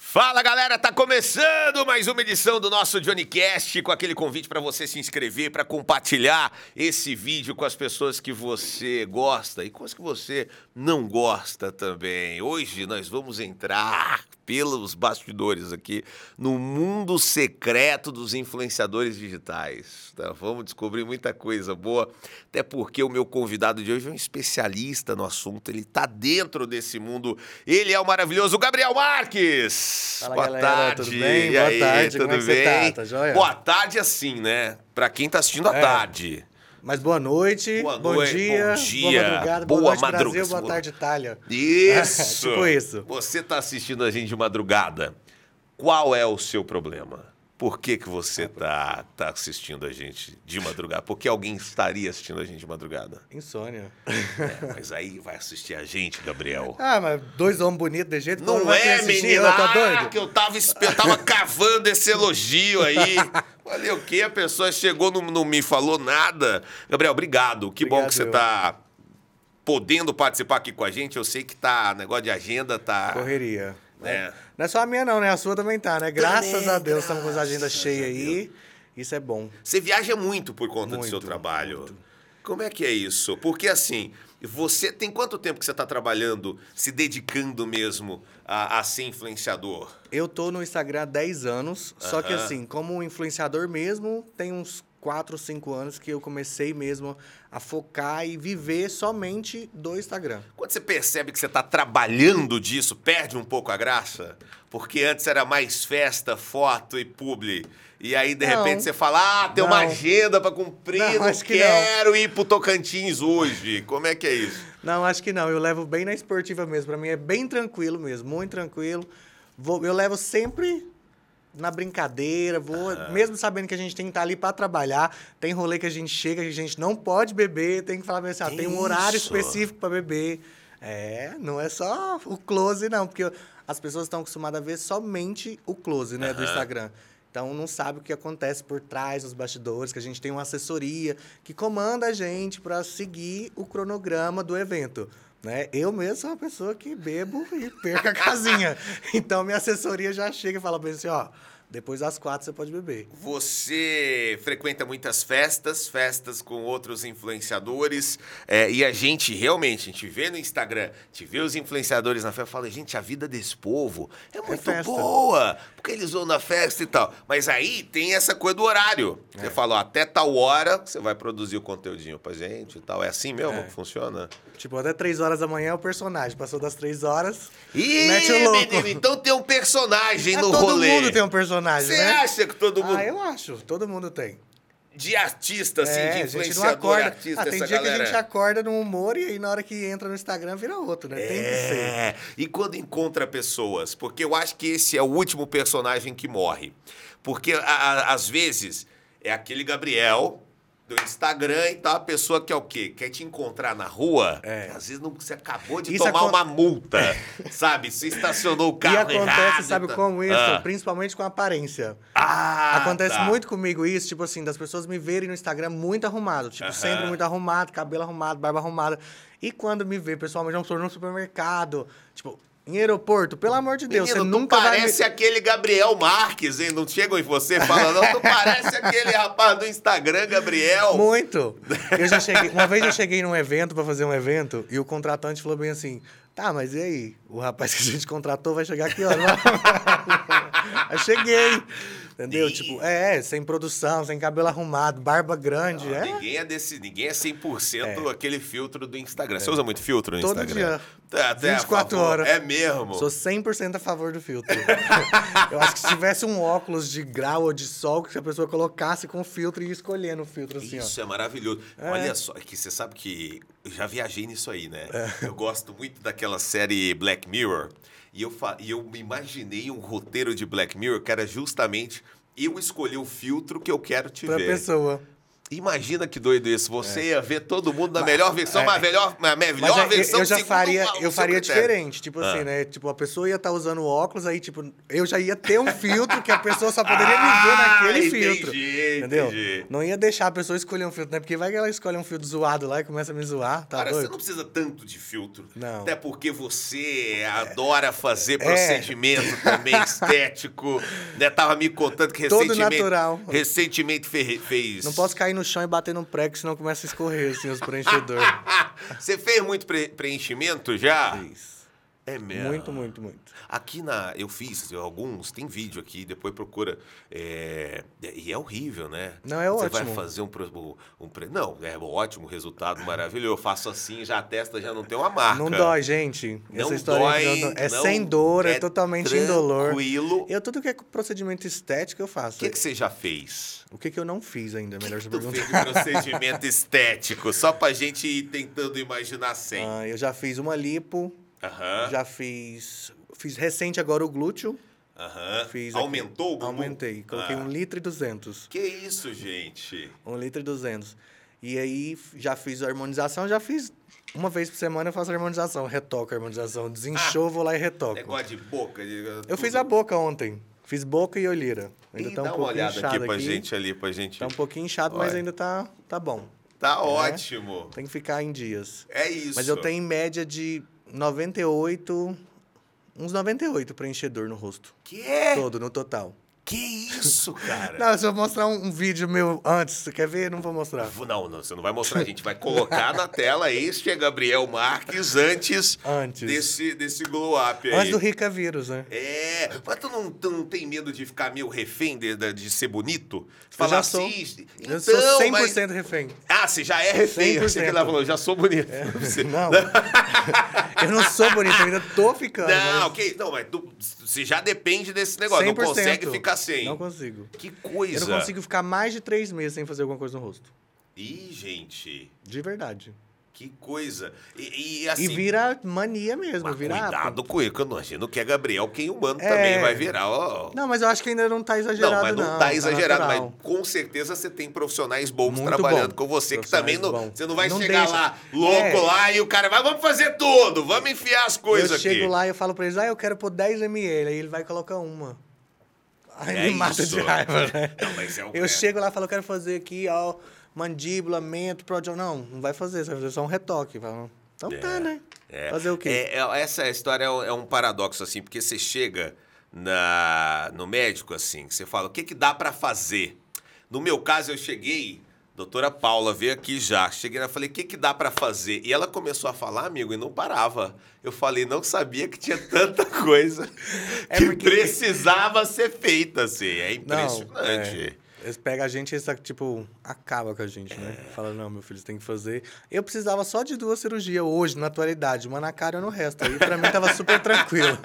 Fala galera, tá começando mais uma edição do nosso Johnny Cast com aquele convite para você se inscrever, para compartilhar esse vídeo com as pessoas que você gosta e com as que você não gosta também. Hoje nós vamos entrar pelos bastidores aqui no mundo secreto dos influenciadores digitais. tá? Vamos descobrir muita coisa boa, até porque o meu convidado de hoje é um especialista no assunto, ele tá dentro desse mundo. Ele é o maravilhoso Gabriel Marques. Fala, Boa galera, tarde. tudo bem? E Boa aí, tarde, tudo como é que bem? você tá? Tá joia? Boa tarde assim, né? Pra quem tá assistindo à É. tarde. Mas boa noite, Boa bom, noite, dia, bom dia, boa madrugada, boa, boa noite madruga, Brasil, boa boa- tarde Itália. Isso. Tipo isso. Você tá assistindo a gente de madrugada. Qual é o seu problema? Por que, que você tá, tá assistindo a gente de madrugada? Por que alguém estaria assistindo a gente de madrugada? Insônia. É, mas aí vai assistir a gente, Gabriel. Ah, mas dois homens bonitos de jeito todo Não mundo vai é, querer assistir, menina? eu tô Ah, doido. que eu tava, es- eu tava cavando esse elogio aí. Olha o que a pessoa chegou, não, não me falou nada. Gabriel, obrigado. Que bom Obrigado, que você eu. tá podendo participar aqui com a gente. Eu sei que tá, negócio de agenda tá... Correria. É. Não é só a minha não, né? A sua também tá, né? Graças Também, a Deus, estamos com as agendas graças cheias a aí. Isso é bom. Você viaja muito por conta do seu Muito, trabalho. muito. Como é que é isso? Porque assim, você tem quanto tempo que você está trabalhando, se dedicando mesmo a, a ser influenciador? Eu tô no Instagram há 10 anos, só que Aham. assim, como influenciador mesmo, tem uns 4, 5 anos que eu comecei mesmo a focar e viver somente do Instagram. Quando você percebe que você está trabalhando disso, perde um pouco a graça? Porque antes era mais festa, foto e publi. E aí, de Não. repente, você fala: ah, tem uma Não. agenda para cumprir, Não, não, acho que não. quero ir pro Tocantins hoje. Como é que é isso? Não, acho que não. Eu levo bem na esportiva mesmo. Pra mim é bem tranquilo mesmo, muito tranquilo. Vou- eu levo sempre na brincadeira, vou, mesmo sabendo que a gente tem que estar ali pra trabalhar, tem rolê que a gente chega, que a gente não pode beber, tem que falar assim, ah, Que tem um horário isso? específico pra beber. É, não é só o close não, porque as pessoas estão acostumadas a ver somente o close, né, do Instagram. Então não sabe o que acontece por trás dos bastidores, que a gente tem uma assessoria que comanda a gente pra seguir o cronograma do evento. Né? Eu mesmo sou uma pessoa que bebo e perco a casinha. Então minha assessoria já chega e fala pra mim assim, ó, depois das quatro você pode beber. Você frequenta muitas festas, festas com outros influenciadores, é, e a gente realmente, a gente vê no Instagram, a gente vê os influenciadores na festa, fala, gente, a vida desse povo é muito festa. boa, porque eles vão na festa e tal. Mas aí tem essa coisa do horário. É. Você fala, ó, até tal hora você vai produzir o conteúdinho pra gente e tal. É assim mesmo É. que funciona? Tipo, até três horas da manhã é o personagem. Passou das três horas, Ih, mete o louco. menino, então tem um personagem É, no todo rolê. é, mundo tem um personagem, Você né? acha que todo mundo... Ah, eu acho. Todo mundo tem. De artista, assim, é, de a gente influenciador, não acorda. artista, ah, tem essa dia galera. que a gente acorda num humor e aí na hora que entra no Instagram vira outro, né? Tem que ser. É, e quando encontra pessoas, porque eu acho que esse é o último personagem que morre. Porque a- a- às vezes é aquele Gabriel do Instagram e tal, a pessoa que é o quê? Quer te encontrar na rua, É. às vezes não, você acabou de Isso tomar acon- uma multa, sabe? Você estacionou o E carro acontece, errado. sabe tal. como isso? Ah. Principalmente com a aparência. Ah, Acontece tá. muito comigo isso, tipo assim, das pessoas me verem no Instagram muito arrumado. Tipo, sempre muito arrumado, cabelo arrumado, barba arrumada. E quando me vê, pessoalmente, eu estou num supermercado, tipo, em aeroporto, pelo amor de Deus, Menino, você tu nunca parece vai... aquele Gabriel Marques, hein? Não chegam em você e falam, não, tu parece aquele rapaz do Instagram, Gabriel. Me... Muito! Eu já cheguei... Uma vez eu cheguei num evento pra fazer um evento e o contratante falou bem assim, tá, mas e aí? O rapaz que a gente contratou vai chegar aqui, ó. eu cheguei! Entendeu? Ih. Tipo, é, sem produção, sem cabelo arrumado, barba grande, Não, é... Ninguém é desse, ninguém é 100% aquele filtro do Instagram. Você usa muito filtro no É. Todo Instagram? dia. Tá, até a 24 favor. horas. É mesmo. Sou 100% a favor do filtro. eu acho que se tivesse um óculos de grau ou de sol, que a pessoa colocasse com o filtro e ia escolhendo o filtro, assim, Isso é maravilhoso. Olha só, é que você sabe que eu já viajei nisso aí, né? É. Eu gosto muito daquela série Black Mirror. E eu, fa- e eu me imaginei um roteiro de Black Mirror que era justamente eu escolher o filtro que eu quero te ó, pra ver. pessoa. Imagina que doido isso. Você ia ver todo mundo na melhor versão, mas a melhor, a É. Mas é, melhor eu- versão eu já segundo faria, o seu eu faria critério. diferente, tipo assim, né? Tipo, a pessoa ia estar usando óculos, aí, tipo, eu já ia ter um filtro que a pessoa só poderia Ah, me ver naquele entendi, filtro. Entendeu? entendi. Não ia deixar a pessoa escolher um filtro, né? Porque vai que ela escolhe um filtro zoado lá e começa a me zoar, tá Cara, você doido? não precisa tanto de filtro. Não. É. Até porque você adora fazer procedimento também estético. Né? Tava me contando que Todo recentemente. natural. Recentemente fe- fez. Não posso cair no chão e bater num prego, senão começa a escorrer, assim, os preenchedores. Ah, Você fez muito pre- preenchimento já? Isso. É mesmo. Muito, muito, muito. Aqui na. Eu fiz alguns, tem vídeo aqui, depois procura. é, e é horrível, né? Não, é Você vai ótimo. fazer um, pro- um pre- Não, é ótimo, resultado maravilhoso. Eu faço assim, já a testa já não tem uma marca. Não dói, gente. Não Essa história aí que dói, não dói. é não- sem dor, é, é totalmente indolor. tranquilo. Eu tudo que é procedimento estético eu O faço. que, que você já fez? O que, que eu não fiz ainda? é Melhor você Tu fez perguntar. de procedimento estético, só pra gente ir tentando imaginar sem. Ah, eu já fiz uma lipo, Aham. Ah, já fiz. Fiz recente agora o glúteo. Aham. Fiz aqui. Aumentou o bumbum? Aumentei. Coloquei Ah. um litro e 200. Que isso, gente? Um litro e 200. E aí f- já fiz a harmonização, já fiz. Uma vez por semana eu faço a harmonização, retoco a harmonização. Desinchou, vou lá e retoco. Negócio de boca. de- Eu fiz tudo. a boca ontem. Fiz boca e olheira. Ainda Ih, tá um dá uma pouco olhada inchado aqui pra aqui. gente ali, pra gente. Tá um pouquinho inchado, mas Olha. ainda tá, tá bom. Tá ótimo. Tem que ficar em dias. É isso. Mas eu tenho em média de 98, uns 98 preenchedor no rosto. Que é? Todo, no total. Que isso, cara? Não, se eu mostrar um, um vídeo meu antes, você quer ver? Não vou mostrar. Vou- Não, não, você não vai mostrar, a gente vai colocar na tela. Este é Gabriel Marques antes, Antes. desse, desse glow up aí. Antes do Rica Vírus, né? É, mas tu não, tu não tem medo de ficar meio refém de, de- de ser bonito? Eu Falar já sou. assim. Então, eu sou 100% mas... refém. Ah, você já é refém. Eu sei que 100%. ela falou, já sou bonito. Você- É. Não. eu não sou bonito, eu ainda tô ficando. Não, mas ok. Não, mas tu, você já depende desse negócio. Não 100%. consegue ficar sem. Não consigo. Que coisa. Eu não consigo ficar mais de três meses sem fazer alguma coisa no rosto. Ih, gente, De verdade. que coisa. E, e, assim. e vira mania mesmo, mas vira hábito. cuidado com isso, que eu não imagino que é Gabriel quem humano É. também vai virar. ó. Não, mas eu acho que ainda não tá Não, exagerado, não. mas não, tá exagerado, natural. mas com certeza você tem profissionais bons Muito trabalhando bom. com você, que também Profissionais não, bom. você não vai Não chegar deixa. lá louco É. lá e o cara vai, vamos fazer tudo, vamos enfiar as coisas eu aqui. chego lá e eu falo pra eles, ah, eu quero pôr 10 ml, aí ele vai colocar uma. Aí É me mata isso. de raiva, né? Não, mas é o- eu é. chego lá e falo, eu quero fazer aqui, ó, mandíbula, mento, prodio. Não, não vai fazer, você vai fazer só um retoque. Fala, Então tá, né? É. Fazer o quê? É, é, essa história é um, é um paradoxo, assim, porque você chega na, no médico, assim, que você fala, o que, que dá pra fazer? No meu caso, eu cheguei, doutora Paula veio aqui já, cheguei lá falei, o que, que dá pra fazer? E ela começou a falar, amigo, e não parava. Eu falei, não sabia que tinha tanta coisa É que porque- precisava ser feita, assim. É impressionante. é. Eles pegam a gente e eles, tipo, acaba com a gente, né? É. Fala, não, meu filho, você tem que fazer. Eu precisava só de duas cirurgias hoje, na atualidade, uma na cara e uma no resto. Aí pra mim tava super tranquilo.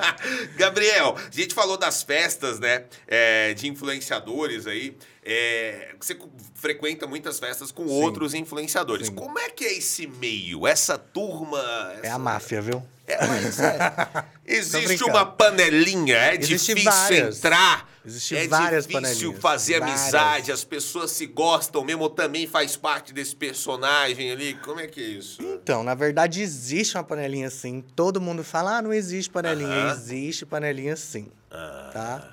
Gabriel, a gente falou das festas, né? é, de influenciadores aí. É, você co- frequenta muitas festas com outros influenciadores. Sim. Como é que é esse meio? Essa turma. É essa- a máfia, viu? É, mas é. Tô Existe brincando. uma panelinha, é Existe difícil várias. entrar. Existe é várias difícil panelinhas, fazer várias. amizade, as pessoas se gostam mesmo, ou também faz parte desse personagem ali. Como é que é isso? Então, na verdade, existe uma panelinha sim. Todo mundo fala, ah, não existe panelinha. Aham. Ah. Existe panelinha sim, tá?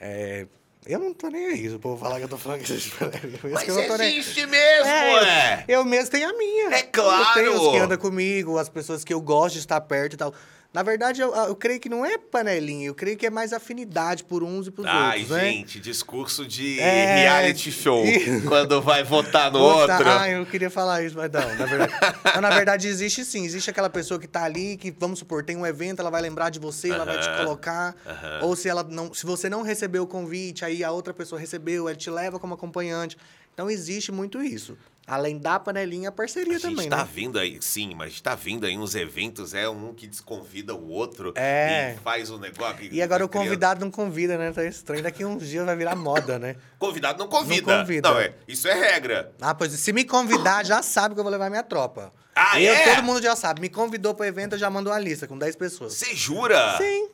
É, eu não tô nem aí se o povo falar que eu tô falando que existe panelinha. Mas Mas eu não tô nem... existe mesmo, É, eu- é. Eu mesmo tenho a minha. É claro! Eu tenho os que andam comigo, as pessoas que eu gosto de estar perto e tal. Na verdade, eu, eu creio que não é panelinha. Eu creio que é mais afinidade por uns e pros Ai, outros, né? gente, discurso de É, reality show. e- Quando vai votar no Ou tá- outro. Ah, eu queria falar isso, mas não, na verdade. Mas, na verdade, existe sim. Existe aquela pessoa que tá ali, que, vamos supor, tem um evento, ela vai lembrar de você, ela vai te Aham, colocar. aham. Ou se ela não. Se você não recebeu o convite, aí a outra pessoa recebeu, ela te leva como acompanhante. Então existe muito isso. Além da panelinha, a parceria A gente também, tá né? vindo aí, sim, mas tá vindo aí uns eventos, é um que desconvida o outro É. e faz um negócio. E agora o cria- convidado não convida, né? Tá estranho. Daqui uns dias vai virar moda, né? Convidado não convida. Não convida. é, isso é regra. Ah, pois se me convidar, já sabe que eu vou levar minha tropa. Ah, eu, é? todo mundo já sabe. Me convidou pro evento, eu já mando uma lista com 10 pessoas. Você jura? Sim.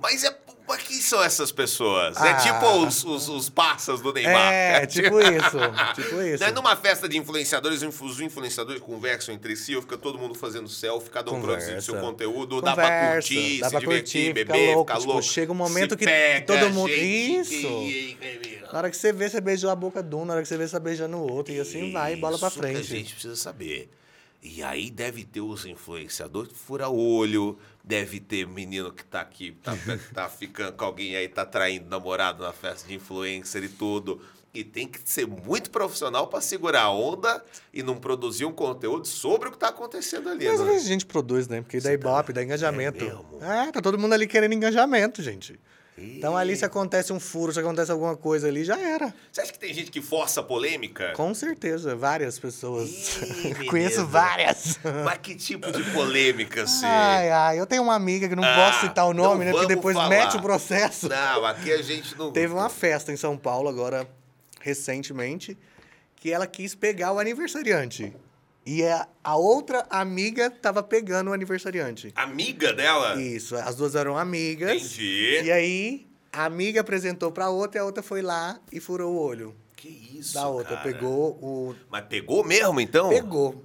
Mas é. Mas quem são essas pessoas? É Ah. tipo os, os, os passas do Neymar. É, tipo isso. Tipo isso. Né, Numa festa de influenciadores, infu- os influenciadores conversam entre si, ou fica todo mundo fazendo selfie, cada um Conversa. produzindo seu conteúdo, dá pra Conversa, curtir, dá se pra divertir, curtir, fica beber, louco, ficar tipo, louco. chega um momento Se que pega, todo mundo- gente, Isso. que- que- Na hora que você vê, você beijou a boca de um, na hora que você vê, você tá beijando o outro, e assim vai, bola pra Isso que frente. a gente precisa saber. E aí deve ter os influenciadores que fura olho, deve ter menino que tá aqui, tá, tá ficando com alguém aí, tá traindo namorado na festa de influencer e tudo. E tem que ser muito profissional pra segurar a onda e não produzir um conteúdo sobre o que tá acontecendo ali. Mas às né? vezes a gente produz, né? Porque dá Você tá- ibope, dá engajamento. É mesmo? É, tá todo mundo ali querendo engajamento, gente. Ih, Então ali se acontece um furo, se acontece alguma coisa ali, já era. Você acha que tem gente que força a polêmica? Com certeza, várias pessoas. É. Ih, Conheço menino. várias. Mas que tipo de polêmica, assim? Ai, ai, eu tenho uma amiga que não Ah, posso citar o não nome, né? Porque vamos depois falar. mete o processo. Não, aqui a gente não. Teve uma festa em São Paulo agora, recentemente, que ela quis pegar o aniversariante. E a, a outra amiga tava pegando o aniversariante. Amiga dela? Isso, as duas eram amigas. Ah. Entendi. E aí, a amiga apresentou pra outra e a outra foi lá e furou o olho Que isso, da outra. cara. Pegou o. Mas pegou mesmo, então? Pegou.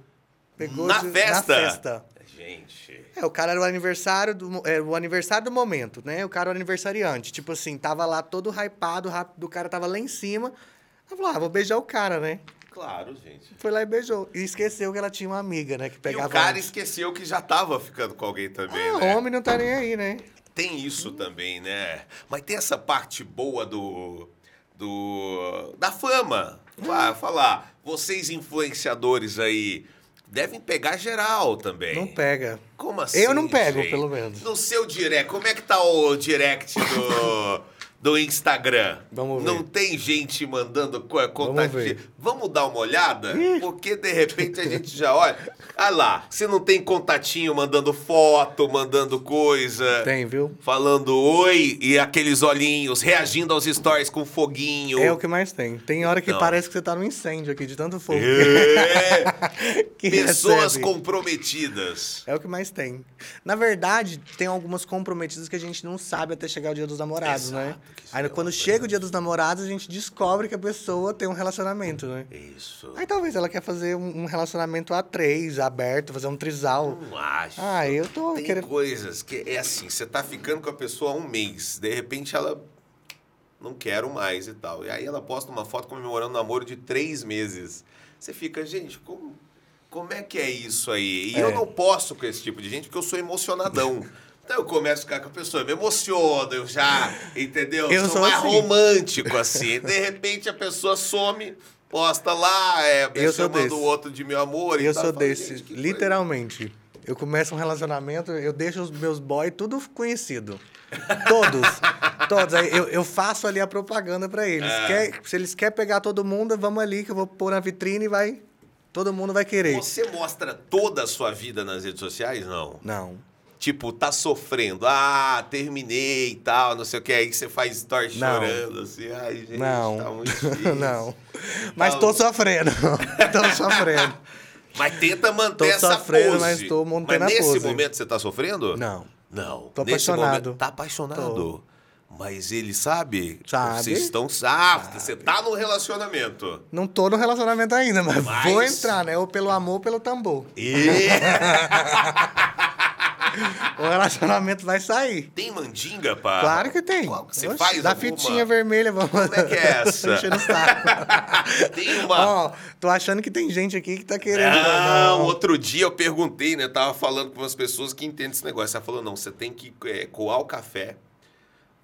Pegou Na de- festa? Na festa. Gente... É, o cara era o aniversário do, mo- era o aniversário do momento, né? O cara era o aniversariante. Tipo assim, tava lá todo hypado, rápido, o cara tava lá em cima. Ela falou, ah, vou beijar o cara, né? Claro, gente. Foi lá e beijou. E esqueceu que ela tinha uma amiga, né? Que pegava. E o cara antes. esqueceu que já tava ficando com alguém também, Ah, né? homem não tá nem aí, né? Tem isso também, né? Mas tem essa parte boa do... do da fama. Hum. Vai falar, vocês influenciadores aí... Devem pegar geral também. Não pega. Como assim? Eu não pego, gente? pelo menos. No seu direct, como é que tá o direct do, do Instagram? Vamos ver. Não tem gente mandando co- contato. Vamos ver. de- Vamos dar uma olhada? Ih. Porque de repente a gente já olha. Ah lá, se não tem contatinho mandando foto, mandando coisa. Tem, viu? Falando oi e aqueles olhinhos, reagindo aos stories com foguinho. É o que mais tem. Tem hora que Não. parece que você tá num incêndio aqui, de tanto fogo. É. que Pessoas recebe. comprometidas. É o que mais tem. Na verdade, tem algumas comprometidas que a gente não sabe até chegar o dia dos namorados, Exato, né? que isso é Aí uma quando coisa- chega o dia dos namorados, a gente descobre que a pessoa tem um relacionamento, né? Isso. Aí talvez ela quer fazer um um relacionamento a três, aberto, fazer um trisal. Não acho. Ah, eu tô Tem querendo. coisas que é assim, você tá ficando com a pessoa há um mês, de repente ela não quero mais e tal. E aí ela posta uma foto comemorando um namoro de três meses. Você fica, gente, como, como é que é isso aí? E eu É. não posso com esse tipo de gente porque eu sou emocionadão. Então eu começo a ficar com a pessoa, eu me emociono, eu já, entendeu? Eu sou mais assim. romântico assim. De repente a pessoa some, posta lá, é, Eu sou chamando desse. o outro de meu amor e Eu tal. sou falo, desse, Tá gente, que coisa. literalmente. Eu começo um relacionamento, eu deixo os meus boy tudo conhecido. Todos. todos. Aí Eu, eu faço ali a propaganda pra eles. É. Quer- se eles querem pegar todo mundo, vamos ali que eu vou pôr na vitrine e vai. Todo mundo vai querer. Você mostra toda a sua vida nas redes sociais, não? Não. Tipo, tá sofrendo. Ah, terminei e tal, não sei o que. Aí você faz story Não. chorando, assim. Ai, gente, não. tá muito difícil. não. Mas Tá- tô sofrendo. tô sofrendo. Mas tenta manter Tô essa sofrendo, pose. mas tô mantendo Mas a nesse pose. momento você tá sofrendo? Não. Não. Tô Nesse apaixonado. Momento, tá apaixonado. Mas ele sabe? Sabe. Vocês estão... Ah, você tá num relacionamento. Não tô no relacionamento ainda, mas, Mas- vou entrar, né? Ou pelo amor ou pelo tambor. E... O relacionamento vai sair. tem mandinga, pá? Claro que tem. Ah, Qual que você Oxe, faz Da alguma? fitinha vermelha, vamos. Como é que é essa? Enchendo o saco. Tem uma... Ó, tô achando que tem gente aqui que tá querendo. Não, outro dia eu perguntei, né? Tava falando com umas pessoas que entendem esse negócio. Ela falou, não, você tem que é, coar o café.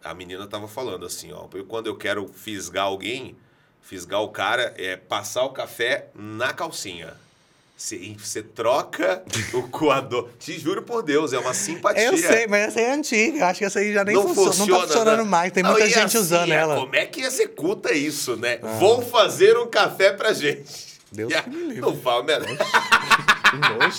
A menina tava falando assim, ó. eu- Quando eu quero fisgar alguém, fisgar o cara, é passar o café na calcinha. Você, e você troca o coador. Te juro por Deus, é uma simpatia. Eu sei, mas essa aí é antiga. Eu Acho que essa aí já nem funciona, Não tá funcionando né? mais. Tem Não, muita e gente assim, usando é, ela. Ah. Como é que executa isso, né? Vou fazer um café pra gente. Deus E a- que me livre. Não fala, né? Que nojo.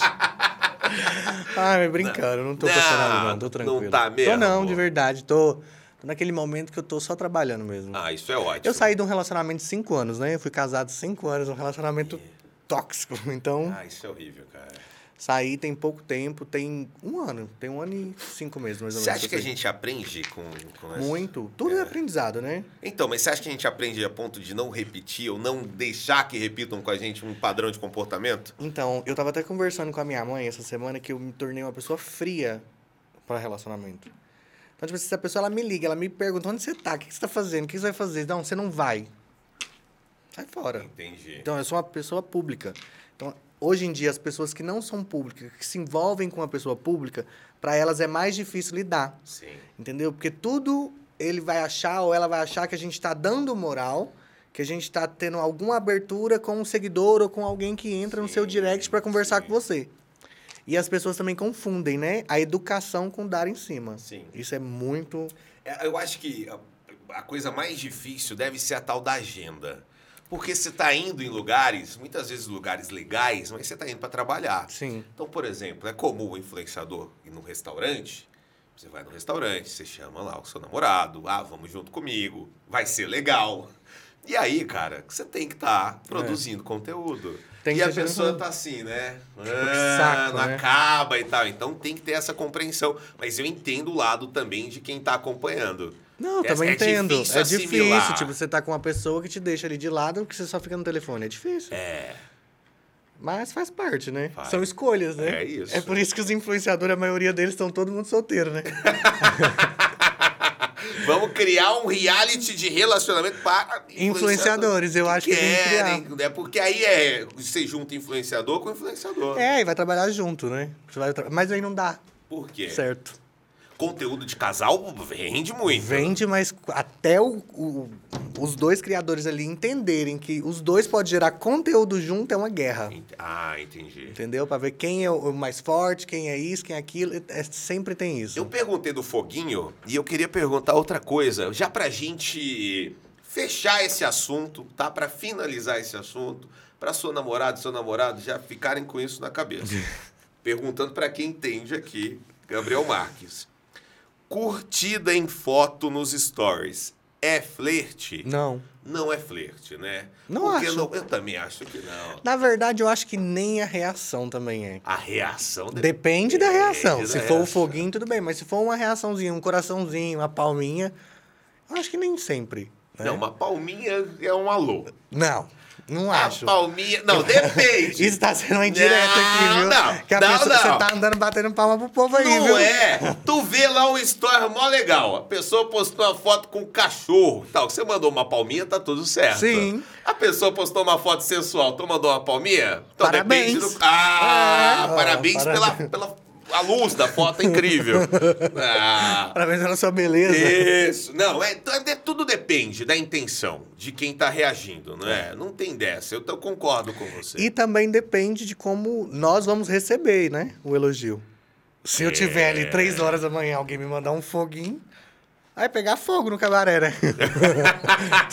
Ai, mas brincando, não tô Não, apaixonado, não. não Tô tranquilo. tá mesmo, Tô não, amor. de verdade. Tô, tô naquele momento que eu tô só trabalhando mesmo. Ah, isso é ótimo. Eu saí de um relacionamento de 5 anos, né? Eu fui casado 5 anos, um relacionamento tóxico. Então, Ah, isso é horrível, cara. saí tem pouco tempo, tem um ano, tem um ano e cinco meses mais ou menos. Você acha eu que a saí. gente aprende com, com essa- Muito. Tudo é aprendizado, né? Então, mas você acha que a gente aprende a ponto de não repetir ou não deixar que repitam com a gente um padrão de comportamento? Então, eu tava até conversando com a minha mãe essa semana que eu me tornei uma pessoa fria para relacionamento. Então, tipo, se a pessoa ela me liga, ela me pergunta onde você tá, o que que você tá fazendo, o que você vai fazer? Não, você não vai. Sai fora. Entendi. Então, eu sou uma pessoa pública. Então, hoje em dia, as pessoas que não são públicas, que se envolvem com uma pessoa pública, para elas é mais difícil lidar. Sim. Entendeu? Porque tudo ele vai achar ou ela vai achar que a gente está dando moral, que a gente está tendo alguma abertura com um seguidor ou com alguém que entra no seu Sim, direct para conversar sim. com você. E as pessoas também confundem, né? A educação com dar em cima. Sim. Isso é muito. É, Eu acho que a- a coisa mais difícil deve ser a tal da agenda. Porque você está indo em lugares, muitas vezes lugares legais, mas você está indo para trabalhar. Sim. Então, por exemplo, é comum o influenciador ir num restaurante. Você vai num restaurante, você chama lá o seu namorado, ah, vamos junto comigo, vai ser legal. E aí, cara, você tem que estar produzindo conteúdo. É. Tem que e a ser gerando pessoa conteúdo. tá assim, né? que saco, não né? acaba e tal. Então tem que ter essa compreensão. Mas eu entendo o lado também de quem tá acompanhando. Não, eu É- também é entendo. difícil é difícil. assimilar. Tipo, você tá com uma pessoa que te deixa ali de lado que você só fica no telefone. É difícil. É. Mas faz parte, né? Faz. São escolhas, né? É isso. É por isso que os influenciadores, a maioria deles, estão todo mundo solteiro, né? Vamos criar um reality de relacionamento para Influenciadores, eu acho que tem que criar. querem, né? Porque aí é você junta influenciador com influenciador. É, e vai trabalhar junto, né? Você vai tra- Mas aí não dá Por quê? certo. Conteúdo de casal rende muito. Vende, mas até o- o- os dois criadores ali entenderem que os dois podem gerar conteúdo junto é uma guerra. Ent- Ah, entendi. Entendeu? Pra ver quem é o o mais forte, quem é isso, quem é aquilo. É, sempre tem isso. Eu perguntei do foguinho e eu queria perguntar outra coisa, já pra gente fechar esse assunto, tá? Pra finalizar esse assunto, pra sua namorada, e seu namorado já ficarem com isso na cabeça. Perguntando pra quem entende aqui, Gabriel Marques. Curtida em foto nos stories é flerte? Não. Não é flerte, né? Não Porque acho. não- eu também acho que não. Na verdade, eu acho que nem a reação também é. A reação deve- Depende da reação. da Se for reação. o foguinho, tudo bem. Mas se for uma reaçãozinha, um coraçãozinho, uma palminha, eu acho que nem sempre. né? Não, uma palminha é um alô. Não, não acho. A palminha. Não, depende. Ah, Isso tá sendo uma indireta Não, aqui, viu? não, que a não, pessoa, não. Você tá andando batendo palma pro povo aí, Não viu? é? Tu vê lá um story mó legal. A pessoa postou uma foto com um cachorro e tal. Você mandou uma palminha, tá tudo certo. Sim. A pessoa postou uma foto sensual, tu mandou uma palminha? Então Parabéns. depende do. Ah, É. parabéns, Ah, pela. parabéns. pela... A luz da foto é incrível. Ah, Parabéns pela sua beleza. Isso. Não, é, é- tudo depende da intenção de quem tá reagindo, não é? Não tem dessa. Eu, tô- concordo com você. E também depende de como nós vamos receber, né? O elogio. Se eu tiver É. ali três horas da manhã, alguém me mandar um foguinho, vai pegar fogo no cabaré, né?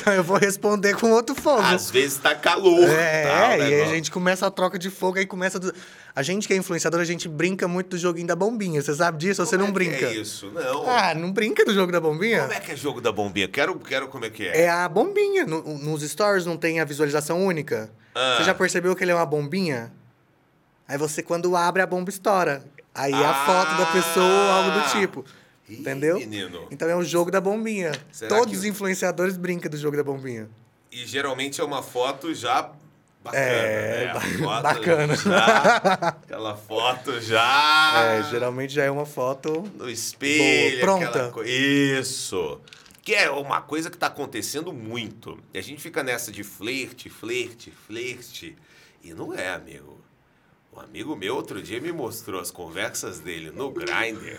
então eu vou responder com outro fogo. Às vezes tá calor. Então, É, tá, é, o e aí a negócio. gente começa a troca de fogo, aí começa. do- A gente que é influenciador, a gente brinca muito do joguinho da bombinha. Você sabe disso? Ou então você Como não é que brinca? É isso, não. Ah, não brinca do jogo da bombinha? Como é que é jogo da bombinha? Quero, quero como é que é. É a bombinha. No- nos stories não tem a visualização única. Ah. Você já percebeu que ele é uma bombinha? Aí você, quando abre, a bomba estoura. Aí é a Ah. foto da pessoa ou algo do tipo. Ih, Entendeu? menino. Então é o jogo da bombinha. Será Todos que- os influenciadores brincam do jogo da bombinha. E geralmente é uma foto já bacana, É, né? A ba- foto bacana. já- aquela foto já É, geralmente já é uma foto. no espelho. Boa, aquela pronta. co- Isso. Que é uma coisa que tá acontecendo muito. E a gente fica nessa de flerte, flerte, flerte. E não é, amigo. Um amigo meu outro dia me mostrou as conversas dele no Grindr.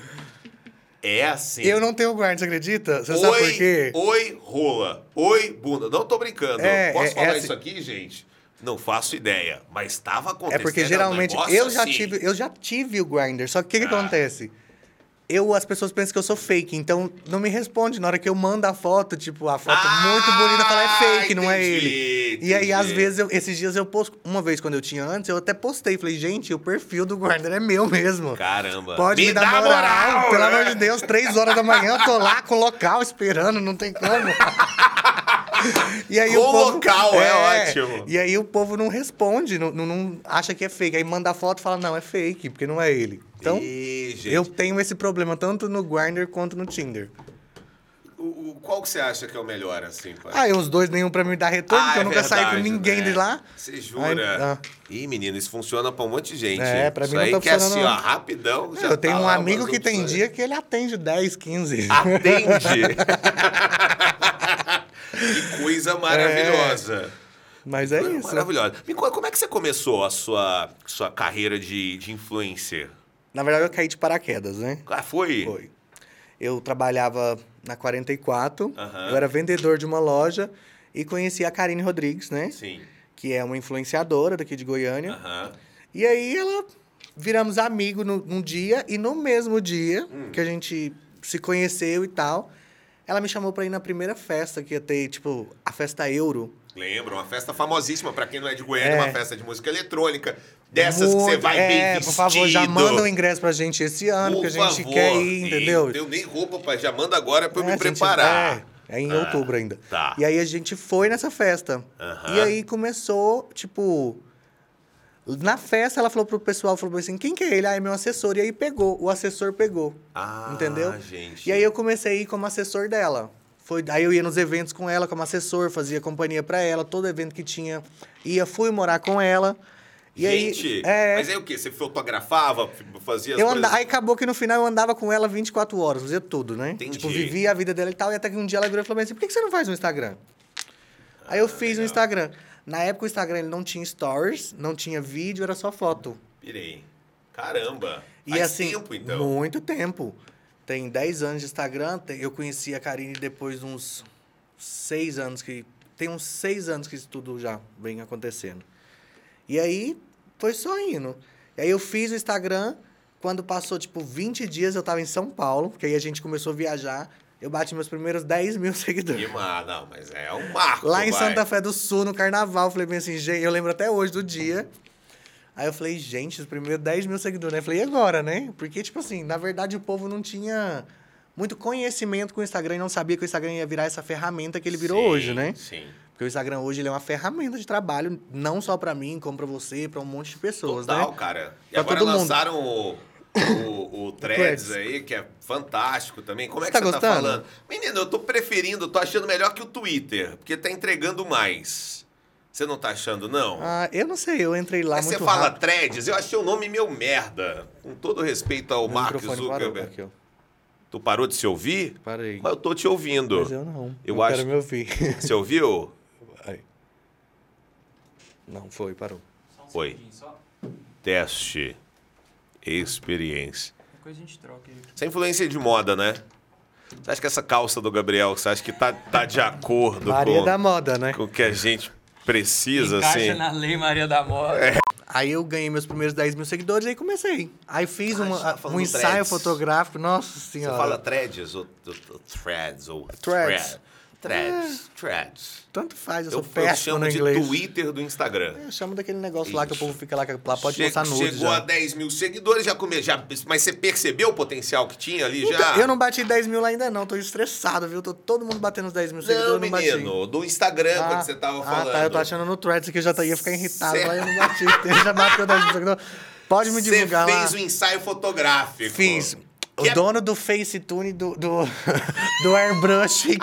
É assim. Eu não tenho guarda, você acredita? Você sabe por quê? Oi, rola. Oi, bunda. Não tô brincando. É, Posso é- falar é assim. isso aqui, gente? Não faço ideia, mas tava É acontecendo. porque um geralmente negócio eu já assim. Ah. tive, eu já tive o grinder, só que o que, que acontece? Eu as pessoas pensam que eu sou fake, então não me responde na hora que eu mando a foto, tipo, a foto Ah, muito bonita, fala é fake, não é entendi, ele. E aí às entendi. vezes eu- esses dias eu posto, uma vez quando eu tinha antes, eu até postei, falei, gente, o perfil do grinder é meu mesmo. Caramba. Pode me, dar moral, pelo né? amor de Deus, três horas da manhã eu tô lá com o local esperando, não tem como. E aí Com o povo, local, é ótimo. E aí o povo não responde, não, não- não acha que é fake. Aí manda a foto e fala, não, é fake, porque não é ele. Então, Ih, gente. eu tenho esse problema tanto no Grindr quanto no Tinder. O, o- qual que você acha que é o melhor, assim, pai? Ah, e os dois nenhum pra me dar retorno, Ah, é porque eu nunca saí com ninguém de lá. né? Você jura? Ai, ah. Ih, menino, isso funciona pra um monte de gente. É, pra isso mim não aí tá que é assim, funcionando, ó, não. rapidão. já Eu tá tenho um lá amigo umas que tem opções. dia que ele atende 10, 15. Ah. Atende! que coisa maravilhosa. Mas é Coisa isso. Maravilhosa. Me conta, como é que você começou a sua, sua carreira de, de influencer? Na verdade, eu caí de paraquedas, né? Ah, foi? Foi. Eu trabalhava na 44, Aham. eu era vendedor de uma loja e conheci a Karine Rodrigues, né? Sim. Que é uma influenciadora daqui de Goiânia. Aham. E aí ela viramos amigo no, num dia e no mesmo dia Hum. que a gente se conheceu e tal, ela me chamou pra ir na primeira festa que ia ter, tipo, a festa Euro. Lembra, uma festa famosíssima, pra quem não é de Goiânia, É. uma festa de música eletrônica. Dessas que você Muito- vai bem É, vestido. por favor, já manda o ingresso pra gente esse ano, Por que a gente favor. quer ir, entendeu? Não tenho nem roupa, pai. Já manda agora pra eu É, me a gente- preparar. é, é em Ah, outubro ainda. tá. E aí a gente foi nessa festa. Aham. E aí começou, tipo. Na festa, ela falou pro pessoal, falou assim, quem que é ele? Ah, é meu assessor. E aí pegou, o assessor pegou. Ah, entendeu? gente. E aí eu comecei a ir como assessor dela. Foi, aí eu ia nos eventos com ela como assessor, fazia companhia pra ela, todo evento que tinha. Ia, fui morar com ela. E gente, aí, é, mas aí o quê? Você fotografava, fazia as eu coisas... anda... Aí acabou que no final eu andava com ela 24 horas, fazia tudo, né? Entendi. Tipo, vivia a vida dela e tal. E até que um dia ela virou e falou assim: por que que você não faz um Instagram? Aí eu fiz um Instagram. Na época o Instagram ele não tinha stories, não tinha vídeo, era só foto. Pirei. Caramba. E Faz assim, tempo, então. muito tempo. Tem 10 anos de Instagram. tem- Eu conheci a Karine depois de uns 6 anos que. Tem uns 6 anos que isso tudo já vem acontecendo. E aí foi só indo. E aí eu fiz o Instagram. Quando passou, tipo, 20 dias, eu tava em São Paulo, porque aí a gente começou a viajar. Eu bati meus primeiros 10 mil seguidores. Que ma- Não, mas é um marco, Lá em vai. Santa Fé do Sul, no carnaval, eu falei bem assim, gente, eu lembro até hoje do dia. Aí eu falei, gente, os primeiros 10 mil seguidores, né? Eu falei, e agora, né? Porque, tipo assim, na verdade o povo não tinha muito conhecimento com o Instagram e não sabia que o Instagram ia virar essa ferramenta que ele virou Sim, hoje, né? Sim. Porque o Instagram hoje ele é uma ferramenta de trabalho, não só pra mim, como pra você, pra um monte de pessoas, Total, né? cara. E Pra agora todo mundo. lançaram o, o, o Threads aí, que é fantástico também. Como é Você que tá você tá gostando? falando? Menino, eu tô preferindo, eu tô achando melhor que o Twitter, porque tá entregando mais. Você não tá achando, não? Ah, eu não sei, eu entrei lá é Aí você muito fala rápido. Threads, eu achei o nome meu merda. Com todo respeito ao Meu Mark microfone parou. Zuckerberg. Aqui, ó. Tu parou de se ouvir? Parei. Mas eu tô te ouvindo. Mas eu não. Eu eu acho- quero me ouvir. Você ouviu? Aí. Não, foi, parou. Só um Oi. segundinho, só. Teste. Experiência. Depois a gente troca ele. Você é influência de moda, né? Você acha que essa calça do Gabriel, você acha que tá, tá de acordo Maria com, da moda, né? com o que a gente precisa, É, Encaixa assim? na Lei Maria da Moda. Aí eu ganhei meus primeiros 10 mil seguidores e aí comecei. Aí fiz Ah, uma- você tá falando um do ensaio Threads. fotográfico, nossa Você senhora. fala threads ou, ou- ou threads ou Threads. thread- Threads, threads. Tanto faz, Eu, eu sou eu péssimo chamo no de inglês. Twitter do Instagram. Eu chamo daquele negócio lá que o Isso. povo fica lá, que lá pode Che- postar né? nude. Chegou a já. 10 mil seguidores, já comeu. Já, mas você percebeu o potencial que tinha ali já? Então, Eu não bati 10 mil lá ainda não, tô estressado, viu? Tô todo mundo batendo os 10 mil seguidores, Não, eu não bati. menino, do Instagram, Ah, quando você tava ah, falando. tá, eu tô achando no Threads que eu já tá- ia ficar irritado, Cê- lá eu não bati, eu já bateu 10 mil seguidores. Pode me Você divulgar lá. fez um ensaio fotográfico. Fiz. O Tipo, Que é- dono do Facetune do, do, do Airbrush que,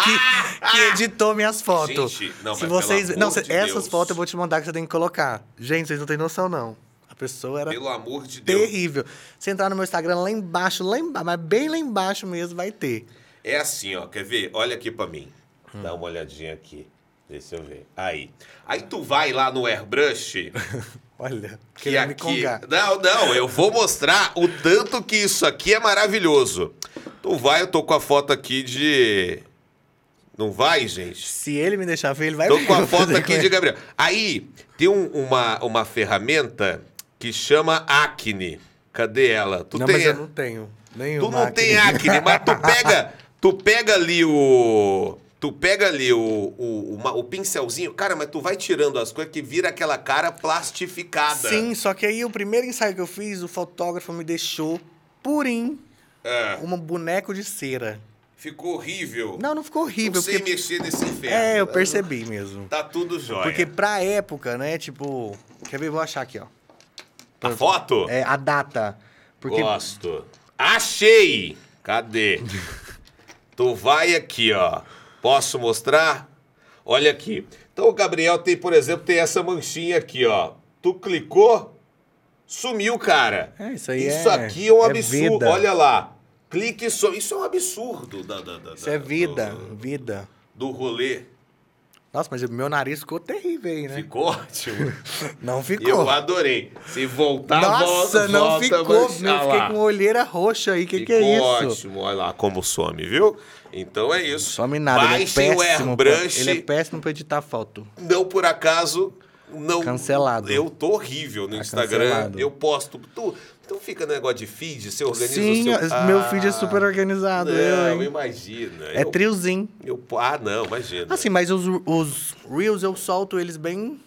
que editou minhas fotos. Ah, Gente, não, Se mas vocês. pelo Não, amor cê- de essas Deus. fotos eu vou te mandar que você tem que colocar. Gente, vocês não têm noção, não. A pessoa era Pelo amor de Deus. terrível. Se entrar no meu Instagram lá embaixo, lá embaixo, mas bem lá embaixo mesmo, vai ter. É assim, ó. Quer ver? Olha aqui pra mim. Hum. Dá uma olhadinha aqui. Deixa eu ver. Aí. Aí tu vai lá no airbrush. Olha, Que querendo me aqui. congar. Não, não, eu vou mostrar o tanto que isso aqui é maravilhoso. Tu vai, eu tô com a foto aqui de. Não vai, gente? Se ele me deixar ver, ele vai Tô ver com o a que eu vou foto fazer com aqui de ele. Gabriel. Aí, tem um- uma, uma ferramenta que chama Acne. Cadê ela? Tu Não, tem, mas eu não tenho. Nenhuma tu não tem Acne, mas tu pega, tu pega ali o... Tu pega ali o, o, o ma- o pincelzinho, cara, mas tu vai tirando as coisas que vira aquela cara plastificada. Sim, só que aí o primeiro ensaio que eu fiz, o fotógrafo me deixou purinho É. um boneco de cera. Ficou horrível. Não, não ficou horrível. Não sei porque... mexer nesse inferno. É, eu percebi mesmo. Tá tudo jóia. Porque pra época, né, tipo... Quer ver? Vou achar aqui, ó. A foto? É, a data. Porque... Gosto. Achei! Cadê? tu vai aqui, ó. Posso mostrar? Olha aqui. Então o Gabriel tem, por exemplo, tem essa manchinha aqui, ó. Tu clicou, sumiu, cara. É, isso aí Isso é- aqui é um é absurdo. vida. Olha lá. Clique e some. Isso é um absurdo da, da, da- Isso da- é do- vida, Do, vida. do rolê. Nossa, mas o meu nariz ficou terrível aí, né? Ficou ótimo. Não ficou. Eu adorei. Se voltar, Nossa, volta, não volta, ficou. Eu mas- Ah fiquei lá. com olheira roxa aí. Que que Ficou é isso? ótimo, olha lá como some, viu? Então é isso. Some nada. Ele é Baixem o péssimo. pra- Airbrush, Ele é péssimo pra editar foto. não por acaso... Não, Cancelado. Eu tô horrível no Tá Instagram. cancelado. Eu posto. Tu, então fica negócio de feed, você organiza Sim, o seu. Ah, as- meu feed é super Não, organizado. eu, hein? imagina. É eu, triozinho. eu- Ah, não, imagina. Assim, mas os, os Reels eu solto eles bem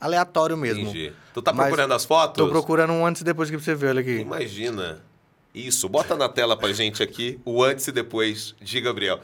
aleatório mesmo. Entendi. Tu tá Mas procurando as fotos? Tô procurando um antes e depois aqui pra você ver, olha aqui. Imagina. Isso, bota na tela pra gente aqui o antes e depois de Gabriel.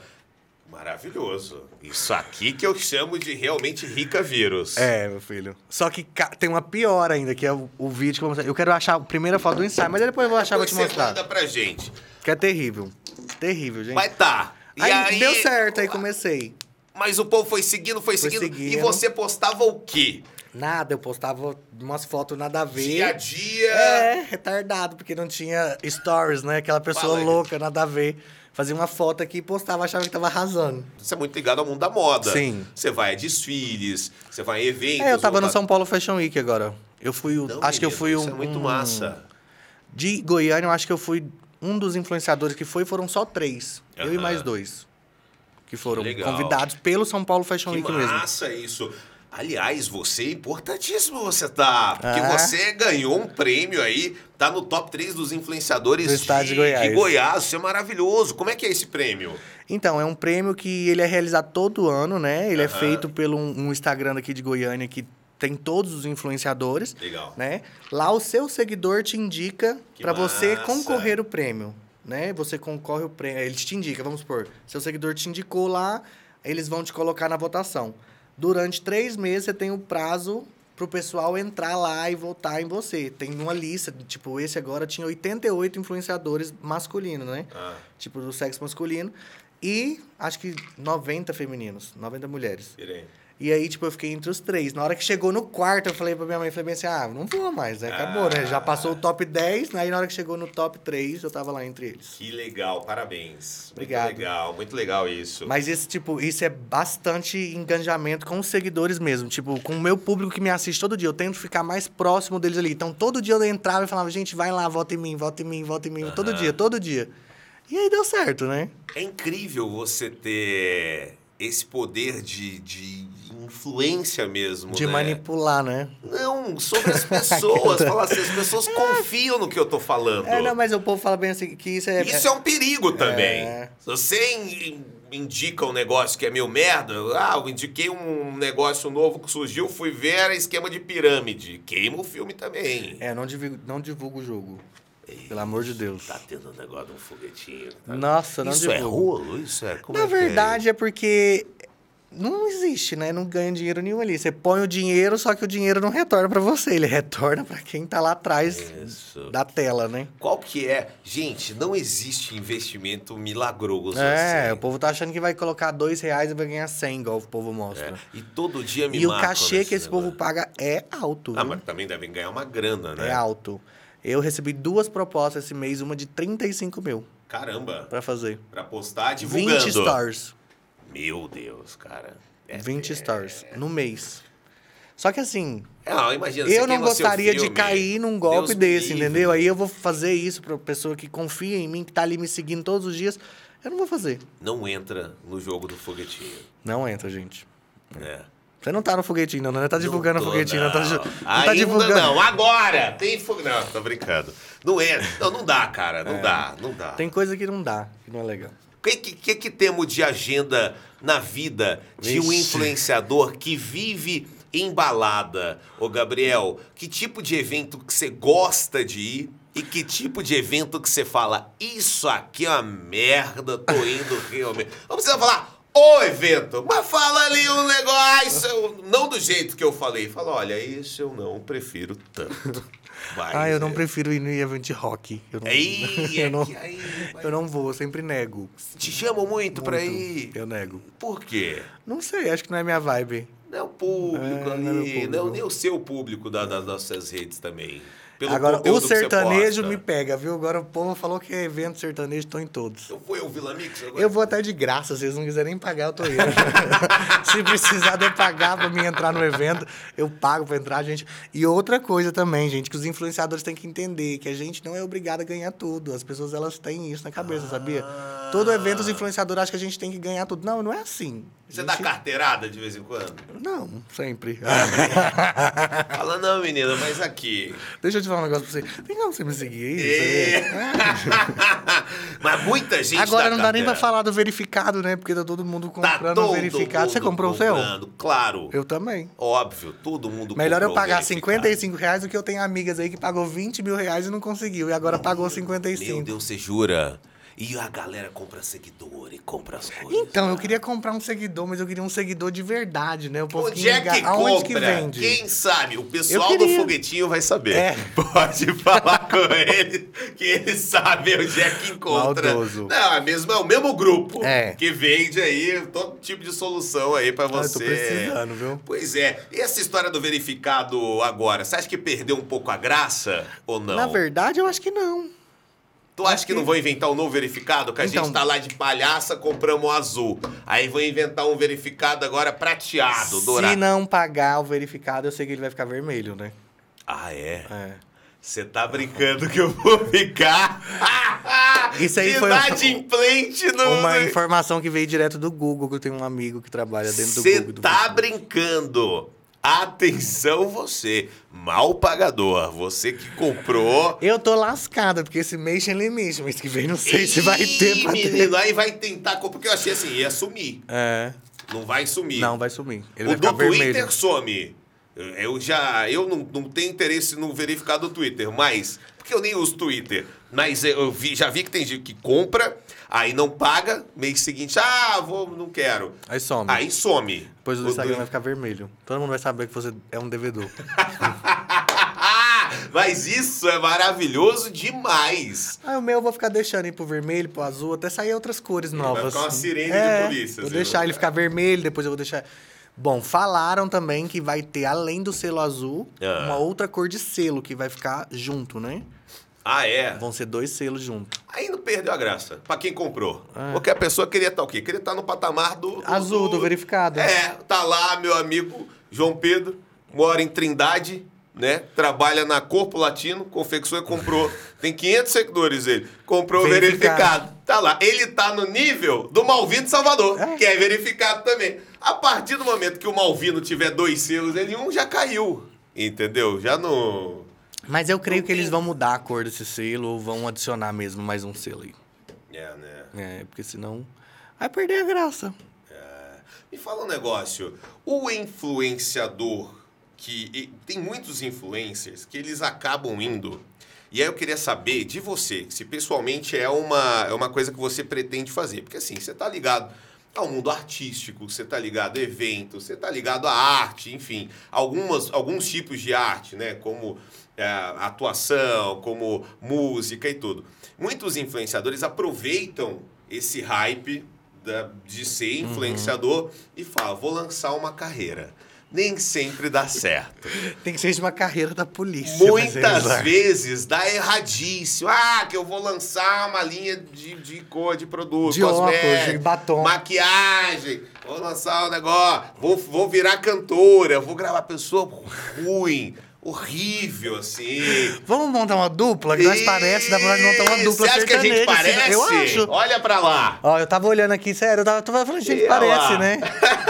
Maravilhoso. Isso aqui que eu chamo de realmente rica vírus. É, meu filho. Só que ca- tem uma pior ainda, que é o, o vídeo que eu vou mostrar. Eu quero achar a primeira foto do ensaio, mas depois eu vou achar, vou Depois te você mostrar. manda pra gente. Que é terrível. Terrível, gente. Vai tá. E aí, aí, deu certo, aí comecei. Mas o povo foi seguindo, foi Foi seguindo. E seguindo. você postava o quê? Nada, eu postava umas fotos nada a ver. Dia a dia. É, retardado, porque não tinha stories, né? Aquela pessoa Fala aí. louca, nada a ver. Fazia uma foto aqui e postava, achava que tava arrasando. Você é muito ligado ao mundo da moda. Sim. Você vai a desfiles, você vai a eventos. É, eu tava volta- no São Paulo Fashion Week agora. Eu fui o. Não, acho que eu menino, fui um. Isso é muito um- massa. De Goiânia, eu acho que eu fui um dos influenciadores que foi, foram só três. Eu e Aham. mais dois. Que foram Legal. convidados pelo São Paulo Fashion Que Week mesmo. massa isso. Aliás, você é importantíssimo, você tá. Porque Ah. você ganhou um prêmio aí, tá no top 3 dos influenciadores Do estado de Goiás. de Goiás. Isso é maravilhoso. Como é que é esse prêmio? Então, é um prêmio que ele é realizado todo ano, né? Ele é Aham. feito pelo um, um Instagram aqui de Goiânia que tem todos os influenciadores, Legal. né? Lá o seu seguidor te indica Que para você massa. concorrer o prêmio, né? Você concorre o prêmio, eles te indicam, vamos supor, seu seguidor te indicou lá, eles vão te colocar na votação. Durante três meses você tem o prazo pro pessoal entrar lá e votar em você. Tem uma lista, tipo, esse agora tinha 88 influenciadores masculinos, né? Ah, tipo do sexo masculino e acho que 90 femininos, 90 mulheres. pirei. E aí, tipo, eu fiquei entre os três. Na hora que chegou no quarto, eu falei pra minha mãe, falei bem assim, ah, não vou mais, né? Acabou, né? Já passou o top 10, aí na hora que chegou no top 3, eu tava lá entre eles. Que legal, parabéns. Obrigado. Muito legal, muito legal isso. Mas esse, tipo, isso é bastante engajamento com os seguidores mesmo. Tipo, com o meu público que me assiste todo dia. Eu tento ficar mais próximo deles ali. Então, todo dia eu entrava e falava, gente, vai lá, vota em mim, vota em mim, vota em mim. Todo dia, todo dia. E aí deu certo, né? É incrível você ter esse poder de, de influência mesmo. De né? manipular, né? Não, sobre as pessoas. Falar assim, as pessoas confiam no que eu tô falando. É, não, mas o povo fala bem assim, que isso é... Isso é um perigo também. É. Se você in- indica um negócio que é meio merda, ah, eu indiquei um negócio novo que surgiu, fui ver, era esquema de pirâmide. Queima o filme também. É, não divulgo, não divulgo o jogo. Pelo amor de Deus. Tá tendo um negócio de um foguetinho. tá? Nossa, não isso é divulgo. rolo? Isso é... Como Na é que é? verdade, é porque não existe, né? Não ganha dinheiro nenhum ali. Você põe o dinheiro, só que o dinheiro não retorna pra você. Ele retorna pra quem tá lá atrás Isso. da tela, né? Qual que é? Gente, não existe investimento milagroso É, o assim. povo tá achando que vai colocar dois reais e vai ganhar 100, igual o povo mostra. E todo dia me E o marcam cachê É. nesse que esse negócio. povo paga é alto. Ah, viu? mas também devem ganhar uma grana, né? É alto. Eu recebi duas propostas esse mês, uma de 35 mil Caramba. pra fazer. Pra postar 20 divulgando. stars. Meu Deus, cara. É, 20 stars no mês. Só que assim, É, não, imagina, você eu não queima seu gostaria de filme. cair num golpe Deus me desse, livre. entendeu? Aí eu vou fazer isso pra pessoa que confia em mim, que tá ali me seguindo todos os dias. Eu não vou fazer. Não entra no jogo do foguetinho, Não entra, gente. né? Você não tá no foguetinho, não, né? Tá divulgando o tô, foguetinho, não, tá, ju- não tá Ainda divulgando. não, agora! Tem foguetinho. Não, tô brincando. Não entra. Não, não dá, cara. Não dá, não dá. É. Tem coisa que não dá, que não é legal. O que, que, que, que temos de agenda na vida de um Vixe. influenciador que vive embalada? Ô, Gabriel, que tipo de evento que você gosta de ir E que tipo de evento que você fala, isso aqui é uma merda, tô indo realmente. Não precisa falar o evento, mas fala ali um negócio, um", não do jeito que eu falei. Fala, olha, isso eu não prefiro tanto. Vai, Ah, eu não é. prefiro ir no evento de rock. Eu não, Ei, eu, não aqui, aí, vai. eu não vou, eu sempre nego. Te chamam muito, pra Muito. ir. Eu nego. Por quê? Não sei, acho que não é minha vibe. Não é o público ali, É, não é não, meu público. nem o seu público da- das nossas redes também. Pelo Agora, conteúdo o que você sertanejo posta. me pega, viu? Agora o povo falou que é evento sertanejo, tô em todos. Eu fui ao Vila Mix agora. Eu vou até de graça, se vocês não quiserem nem pagar, eu tô indo. Se precisar de eu pagar pra mim entrar no evento, eu pago pra entrar, gente. E outra coisa também, gente, que os influenciadores têm que entender, que a gente não é obrigado a ganhar tudo. As pessoas, elas têm isso na cabeça, sabia? Ah. Todo evento, os influenciadores acham que a gente tem que ganhar tudo. Não, não é assim. A Você gente... dá carteirada de vez em quando? Não, sempre. Fala, não, menina, mas aqui. Deixa eu te falar um negócio pra você. Tem como você me seguir aí? É. Você- mas muita gente. Agora não dá nem pra carteirada. falar do verificado, né? Porque tá todo mundo comprando todo o verificado. Você mundo comprou o seu? comprando, Claro. Eu também. Óbvio, todo mundo Melhor eu comprou pagar verificado. 55 reais do que eu tenho amigas aí que pagou 20 mil reais e não conseguiu. E agora pagou Meu 55. Deus, você jura? E a galera compra seguidor e compra as coisas. Então, eu queria comprar um seguidor, mas eu queria um seguidor de verdade, né? O povo Onde é enga- que Aonde compra? que vende? Quem é sabe? O pessoal Eu do queria. foguetinho vai saber. É. Pode falar com ele, que ele sabe onde é que encontra. Maldoso. Não, é, mesmo, é o mesmo grupo É. que vende aí todo tipo de solução aí pra Ah, eu você. tô precisando, viu? Pois é. E essa história do verificado agora, você acha que perdeu um pouco a graça ou não? Na verdade, eu acho que não. Tu acha que não vão inventar um novo verificado? Que a Então- gente tá lá de palhaça, compramos o azul. Aí vão inventar um verificado agora prateado, Se Ah, dourado. não pagar o verificado, eu sei que ele vai ficar vermelho, né? Ah, é? É. Você tá brincando que eu vou ficar. Isso aí foi Inadimplente no. Uma informação que veio direto do Google, que eu tenho um amigo que trabalha dentro do Você Google. do tá Facebook. brincando. Atenção você, mal pagador, você que comprou. Eu tô lascada, porque esse mês tem limite, mês que vem não sei se vai ter Ih, pra ter. menino, aí vai tentar, co- porque eu achei assim, ia sumir. É. Não vai sumir. Não, vai sumir. Ele o vai ficar do vermelho. Twitter some. Eu já. Eu não, não tenho interesse no verificar do Twitter, mas. Porque eu nem uso Twitter. Mas eu vi- já vi que tem gente que compra, aí não paga, mês seguinte, ah, vou, não quero. Aí some. Aí some. Depois o do- Instagram vai ficar vermelho. Todo mundo vai saber que você é um devedor. mas isso é maravilhoso demais. ah, o meu eu vou ficar deixando ir pro vermelho, pro azul, até sair outras cores novas. É, ficar uma sirene de polícia, Vou assim, deixar né? ele ficar vermelho, depois eu vou deixar. Bom, falaram também que vai ter, além do selo azul, Ah. uma outra cor de selo que vai ficar junto, né? Ah, é? Vão ser dois selos juntos. Aí não perdeu a graça. Pra quem comprou. Porque a pessoa queria estar o quê? Queria estar no patamar do. É. Azul, do verificado. É, tá lá meu amigo João Pedro, mora em Trindade, né? Trabalha na Corpo Latino, confecção e comprou. Tem 500 seguidores ele. Comprou o verificado. Verificado. Tá lá. Ele tá no nível do Malvino de Salvador, É. que é verificado também. A partir do momento que o Malvino tiver dois selos, ele um já caiu. Entendeu? Já não. Mas eu creio que eles vão mudar a cor desse selo ou vão adicionar mesmo mais um selo aí. É, né? É, porque senão vai perder a graça. Me fala um negócio. O influenciador que. e Tem muitos influencers que eles acabam indo. E aí eu queria saber de você, se pessoalmente é uma, é uma coisa que você pretende fazer. Porque assim, você tá ligado ao mundo artístico, você tá ligado a eventos, você tá ligado à arte, enfim, algumas, alguns tipos de arte, né? Como é, atuação, como música e tudo. Muitos influenciadores aproveitam esse hype da- de ser Uhum. influenciador e fala, vou lançar uma carreira. Nem sempre dá certo. Tem que ser de uma carreira da polícia. mas eles Muitas lá- vezes dá erradíssimo. Ah, que eu vou lançar uma linha de, de cor, de produto, De óculos, de cosmético, batom. maquiagem. Vou lançar um negócio, vou, vou virar cantora, vou gravar pessoa ruim, horrível, assim. Vamos montar uma dupla? Que nós parece, dá pra nós montar uma Ih, dupla Você acha que a gente sertaneja, assim, parece? Eu acho. Olha pra lá. Ó, eu tava olhando aqui, sério, eu tava, eu tava falando, gente, Ih, olha parece, lá. né?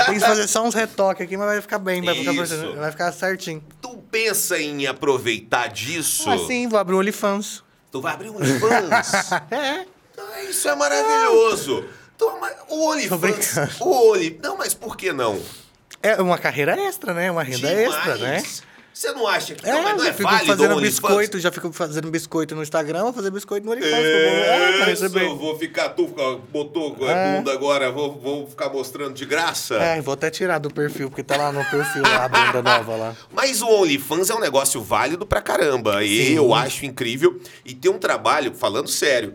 Tem que fazer só uns retoques aqui, mas vai ficar bem, vai ficar, Isso. parecendo- vai ficar certinho. Tu pensa em aproveitar disso? Ah, sim, vou abrir o OnlyFans. Tu vai abrir um OnlyFans. É, Ah, Isso é maravilhoso. Então, mas o Tô brincando. OnlyFans... O Only... Não, mas por que não? é uma carreira é extra, né? Uma renda extra, né? Você não acha que É, não, mas não já é fico válido fazendo o OnlyFans? biscoito, já fico fazendo biscoito no Instagram, vou fazer biscoito no OnlyFans. É, pra Isso, receber. vou ficar, tu fica- botou com a É. bunda agora, vou, vou ficar mostrando de graça. É, vou até tirar do perfil, porque tá lá no perfil lá, a banda nova lá. Ah, Mas o OnlyFans é um negócio válido pra caramba. E Sim. eu acho incrível. E tem um trabalho, falando sério,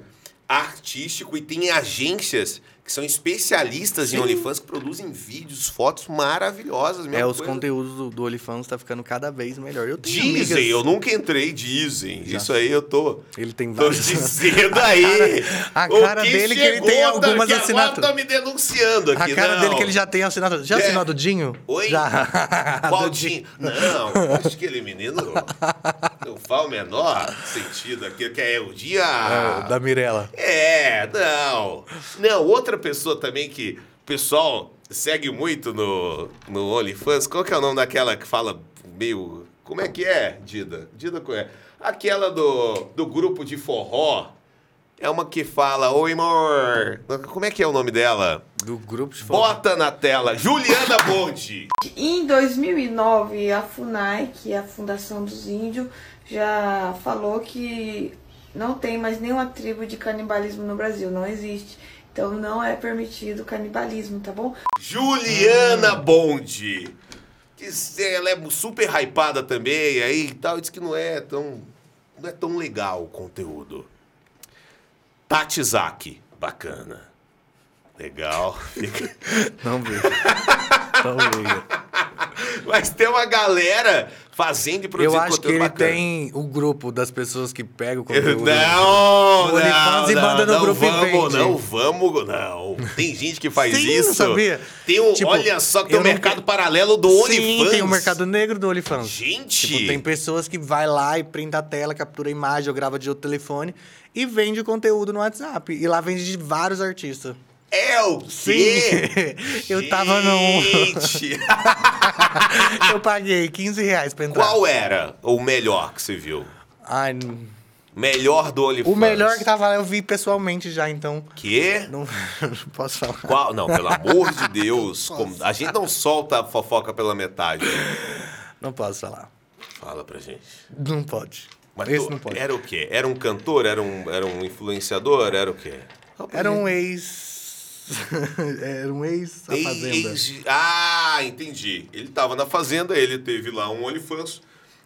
artístico e tem agências que são especialistas em OnlyFans que produzem vídeos, fotos maravilhosas. É, mesma os coisa. conteúdos do, do OnlyFans tá ficando cada vez melhor. Eu tenho Dizem, amigas- eu nunca entrei, dizem. Isso aí eu tô. Ele tem Tô vários... dizendo aí. a O cara dele é que ele chegou, tem algumas que Agora assinaturas. tá me denunciando aqui, A cara não. dele é que ele já tem assinado. Já É. assinou a do Dinho? Oi? Já. Qual Dinho? Não, acho que ele é menino. Eu falo o menor sentido aqui, que é o dia. É, da Mirella. É, não. Não, outra pessoa também que o pessoal segue muito no, no OnlyFans, qual que é o nome daquela que fala meio. Como é que é, Dida? Dida qual é? Aquela do, do grupo de forró. É uma que fala, oi, amor. Como é que é o nome dela? Do grupo de fora. Bota na tela, Juliana Bonde. Em 2009, a FUNAI, que é a Fundação dos Índios, já falou que não tem mais nenhuma tribo de canibalismo no Brasil, não existe. Então não é permitido canibalismo, tá bom? Ah. Juliana Bonde. Diz- Ela é super hypada também, aí e tal, e diz que não é tão. não é tão legal o conteúdo. Tati Zaki, bacana. Legal. Fica- Não vejo. Não vejo. Mas tem uma galera fazendo e produzindo Eu acho que conteúdo ele bacana. tem o grupo das pessoas que pegam o Eu- conteúdo. Não, O OnlyFans não, e manda no não, grupo e vamos, vende. não, vamos, não. Tem gente que faz Sim, isso. sabia? Tem um, Tipo, olha só que tem eu um não- mercado paralelo do Sim, OnlyFans. tem o mercado negro do OnlyFans. Gente! Tipo, tem pessoas que vai lá e printa a tela, captura a imagem ou grava de outro telefone e vende o conteúdo no WhatsApp. E lá vende de vários artistas. É o quê? Sim. Eu tava num- Gente, Eu paguei 15 reais pra entrar. qual era o melhor que você viu? Ai, n- Melhor do OnlyFans. o melhor que tá- tava lá eu vi pessoalmente já, então Quê? não, não posso falar. Qual? Não, pelo amor de Deus. como- A gente não solta a fofoca pela metade. Não posso falar. Fala pra gente. Não pode. Mas Esse tu- não pode. Era o quê? Era um cantor? Era um, era um influenciador? Era o quê? Era um ex... Era um ex da Ei, fazenda. ex- Ah, entendi. Ele tava na fazenda, ele teve lá um OnlyFans.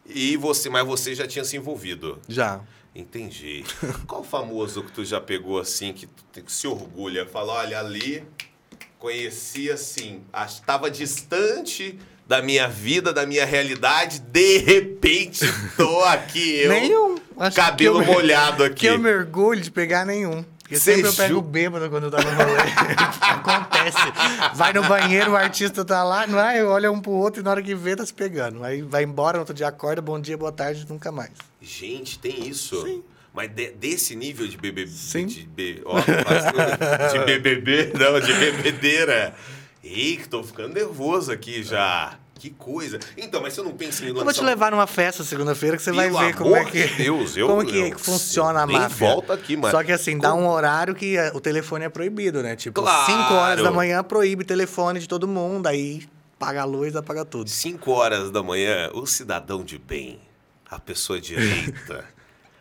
E você, mas você já tinha se envolvido. Já. Entendi. Qual famoso que tu já pegou assim, que tu te- que se orgulha? Fala, olha, ali conheci assim, estava distante da minha vida, da minha realidade, de repente tô aqui, eu. Nenhum. Acho que cabelo eu mer- molhado aqui. Que eu me orgulho de pegar nenhum. Porque Cê sempre eu pego ju- bêbado quando eu tava no rolê. Acontece. Vai no banheiro, o artista tá lá, não é? olha um pro outro e na hora que vê, tá se pegando. Aí vai embora, no outro dia acorda, bom dia, boa tarde, nunca mais. Gente, tem isso. Mas de- desse nível de BBB. Sim. De, be- ó, quase- de BBB, não, de bebedeira. Ih, que tô ficando nervoso aqui já. Que coisa. Então, mas você não pensa em Eu vou te lançar um- levar numa festa segunda-feira que você vai Pelo ver como é amor que. de Deus, eu- como que, eu- que funciona a nem máfia. volta aqui, mano. Só que assim, dá um horário que eh, o telefone é proibido, né? Tipo, Claro. 5 horas da manhã proíbe telefone de todo mundo, aí paga a luz, apaga tudo. 5 horas da manhã, o cidadão de bem, a pessoa direita,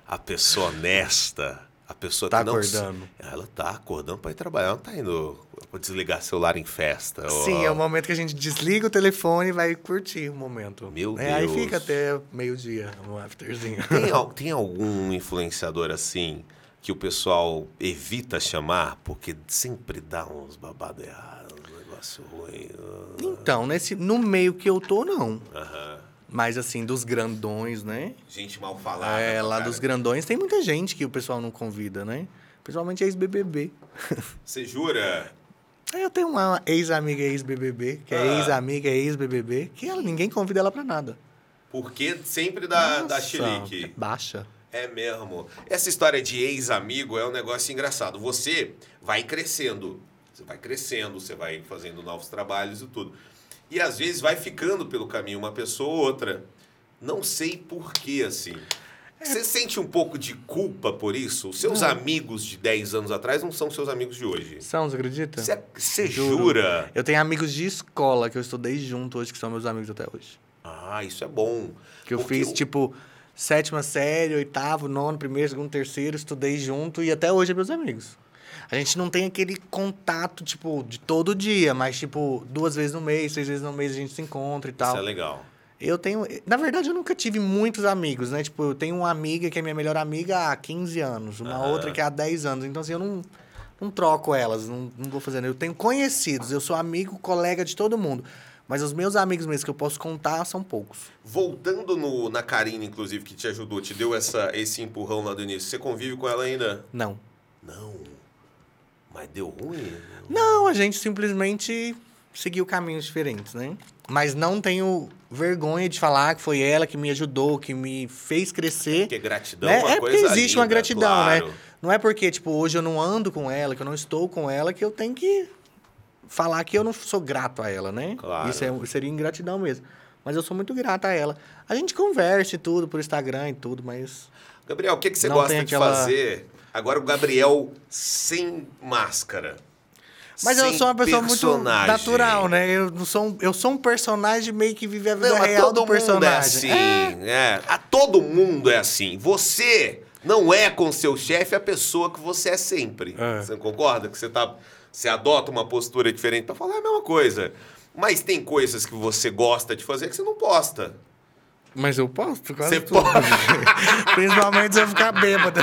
a pessoa honesta, a pessoa Tá que não... acordando. Ela tá acordando pra ir trabalhar, ela não tá indo pra desligar celular em festa. ó. Sim, é o momento que a gente desliga o telefone e vai curtir o momento. Meu É, Aí Deus. fica até meio-dia, um afterzinho. Tem, al- tem algum influenciador assim que o pessoal evita chamar porque sempre dá uns babados errados, um negócio ruim? uh, Então, nesse, no meio que eu tô, não. Aham. Mas assim, dos grandões, né? Gente mal falada. é, lá cara. dos grandões tem muita gente que o pessoal não convida, né? Principalmente ex-BBB. Você jura? Aí Eu tenho uma ex-amiga ex-BBB, que Ah. é ex-amiga ex-BBB, que ela, ninguém convida ela pra nada. Porque sempre dá, dá Nossa, chilique. Baixa. É mesmo. Essa história de ex-amigo é um negócio engraçado. Você vai crescendo. Você vai crescendo, você vai fazendo novos trabalhos e tudo. E às vezes vai ficando pelo caminho uma pessoa ou outra. Não sei por que assim. É. Você sente um pouco de culpa por isso? Os seus amigos de 10 anos atrás não são seus amigos de hoje. São, você acredita? Você é, você Tá. Juro. jura? Eu tenho amigos de escola que eu estudei junto hoje, que são meus amigos até hoje. Ah, isso é bom. Que eu Porque fiz, o- tipo, sétima série, oitavo, nono, primeiro, segundo, terceiro, estudei junto e até hoje é meus amigos. A gente não tem aquele contato, tipo, de todo dia, mas, tipo, duas vezes no mês, três vezes no mês a gente se encontra e tal. Isso é legal. Eu tenho. Na verdade, eu nunca tive muitos amigos, né? Tipo, eu tenho uma amiga que é minha melhor amiga há 15 anos, uma Aham. outra que é há 10 anos. Então, assim, eu não, não troco elas, não, não vou fazendo. Eu tenho conhecidos, eu sou amigo, colega de todo mundo. Mas os meus amigos mesmo que eu posso contar são poucos. Voltando no- na Karina, inclusive, que te ajudou, te deu essa, esse empurrão lá do início, você convive com ela ainda? Não. Não. Mas deu ruim? Não, a gente simplesmente seguiu caminhos diferentes, né? Mas não tenho vergonha de falar que foi ela que me ajudou, que me fez crescer. Porque gratidão Né? é uma É porque coisa existe uma linda, gratidão, né? claro. Não é porque, tipo, hoje eu não ando com ela, que eu não estou com ela, que eu tenho que falar que eu não sou grato a ela, né? Claro. Isso é- seria ingratidão mesmo. Mas eu sou muito grato a ela. A gente conversa e tudo por Instagram e tudo, mas. Gabriel, o que, que você Não gosta tem de aquela- fazer? Agora o Gabriel sem máscara. Mas eu sem sou uma pessoa personagem. muito natural, né? Eu, não sou um, eu sou um personagem meio que vive a vida Não, mas real todo do mundo é personagem. assim. É. A todo mundo é assim. Você não é com seu chefe a pessoa que você é sempre. É. Você concorda que você tá, você adota uma postura diferente pra falar a mesma coisa? Mas tem coisas que você gosta de fazer que você não posta. Mas eu posto quase Você tudo. posta. Principalmente se eu ficar bêbado.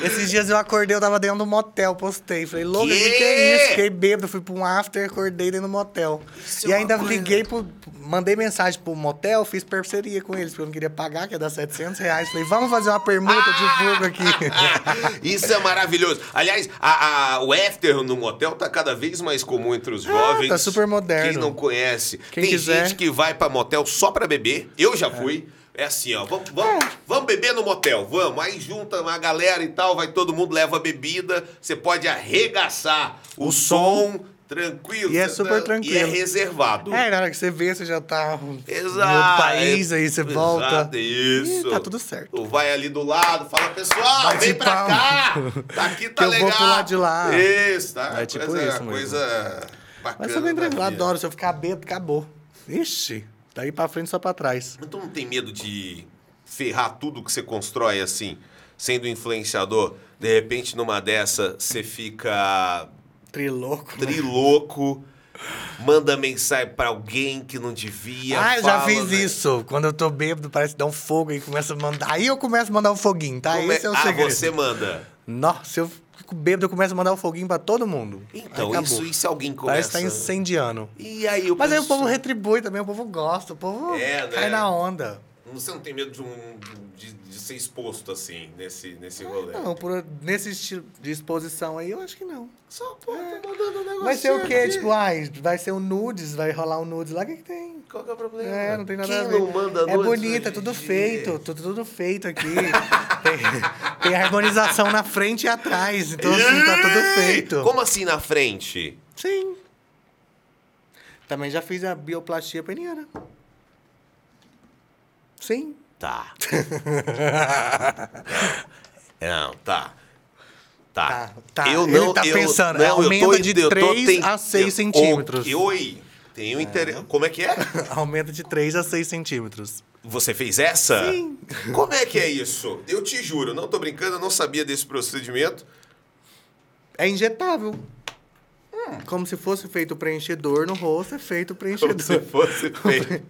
Esses dias eu acordei, eu tava dentro do motel, postei. Falei, louco, o que, que Quê? é isso? Fiquei bêbado, fui pra um after, acordei dentro do motel. Isso é e uma ainda coisa. liguei, pro, mandei mensagem pro motel, fiz parceria com eles, porque eu não queria pagar, que ia dar 700 reais. Falei, vamos fazer uma permuta, divulgo aqui. Ah! Isso é maravilhoso. Aliás, a- a- o after no motel tá cada vez mais comum entre os jovens. tá super moderno. Quem não conhece. Quem Tem quiser. gente que vai pra motel só pra beber. Eu já fui. É, assim, ó. Vamos, vamos, vamos beber no motel, vamos. Aí junta uma galera e tal, vai todo mundo, leva a bebida. Você pode arregaçar o, som, tranquilo. E é super E é tranquilo. reservado. é, na hora que você vê, você já tá no Exato. outro país, aí você Exato, volta. Isso. E tá tudo certo. Tu vai ali do lado, fala, pessoal, Bate vem pra palma. cá. Tá aqui, tá Que eu vou legal. pro lado de lá. Isso, tá? É tipo coisa, isso mesmo. coisa bacana. Mas também da tranquilo, vida. adoro. Se eu ficar bêbado, acabou. Ixi, daí pra frente só pra trás. Mas Tu não tem medo de ferrar tudo que você constrói assim, sendo influenciador? De repente, numa dessa, você fica Triloco. triloco, manda mensagem pra alguém que não devia. Ah, eu já fala, fiz né? isso. Quando eu tô bêbado, parece que dá um fogo e começa a mandar. Aí eu começo a mandar um foguinho, tá? Como é- Esse é o ah, segredo. você manda. Nossa, se eu fico bêbado, eu começo a mandar um foguinho pra todo mundo. Então, Acabou. isso, e se alguém Parece começa... que tá incendiando. E aí o Mas aí o pessoal- povo retribui também, o povo gosta, o povo É, né? cai na onda. Você não tem medo de, um- de- de ser exposto assim, nesse, nesse rolê? Ah, Não, por- nesse estilo de exposição aí, eu acho que não. Só, pô, tô mandando um negócio. É. Vai ser o quê? Tipo, ai, vai ser o nudes, vai rolar um nudes lá, o que, que tem? Qual que é o problema? É, não tem nada Quem a ver. não manda é nudes bonito, hoje é tudo em dia? feito, tudo, tudo feito aqui. tem, tem harmonização na frente e atrás, então assim, tá tudo Ei! feito. Como assim na frente? Sim. Também já fiz a bioplastia peniana. Sim. Tá. não, tá. Tá. Tá, tá. Eu Ele não, tá eu, pensando, não, eu tô, aumenta de eu tô 3 ten- a 6 eu- centímetros. Ok, Oi, tenho interesse. Como é que é? Aumenta de 3 a 6 centímetros. Você fez essa? Sim. Como é que é isso? Eu te juro, não tô brincando, eu não sabia desse procedimento. É injetável. Hum. Como se fosse feito o preenchedor no rosto, é feito o preenchedor. Como se fosse feito.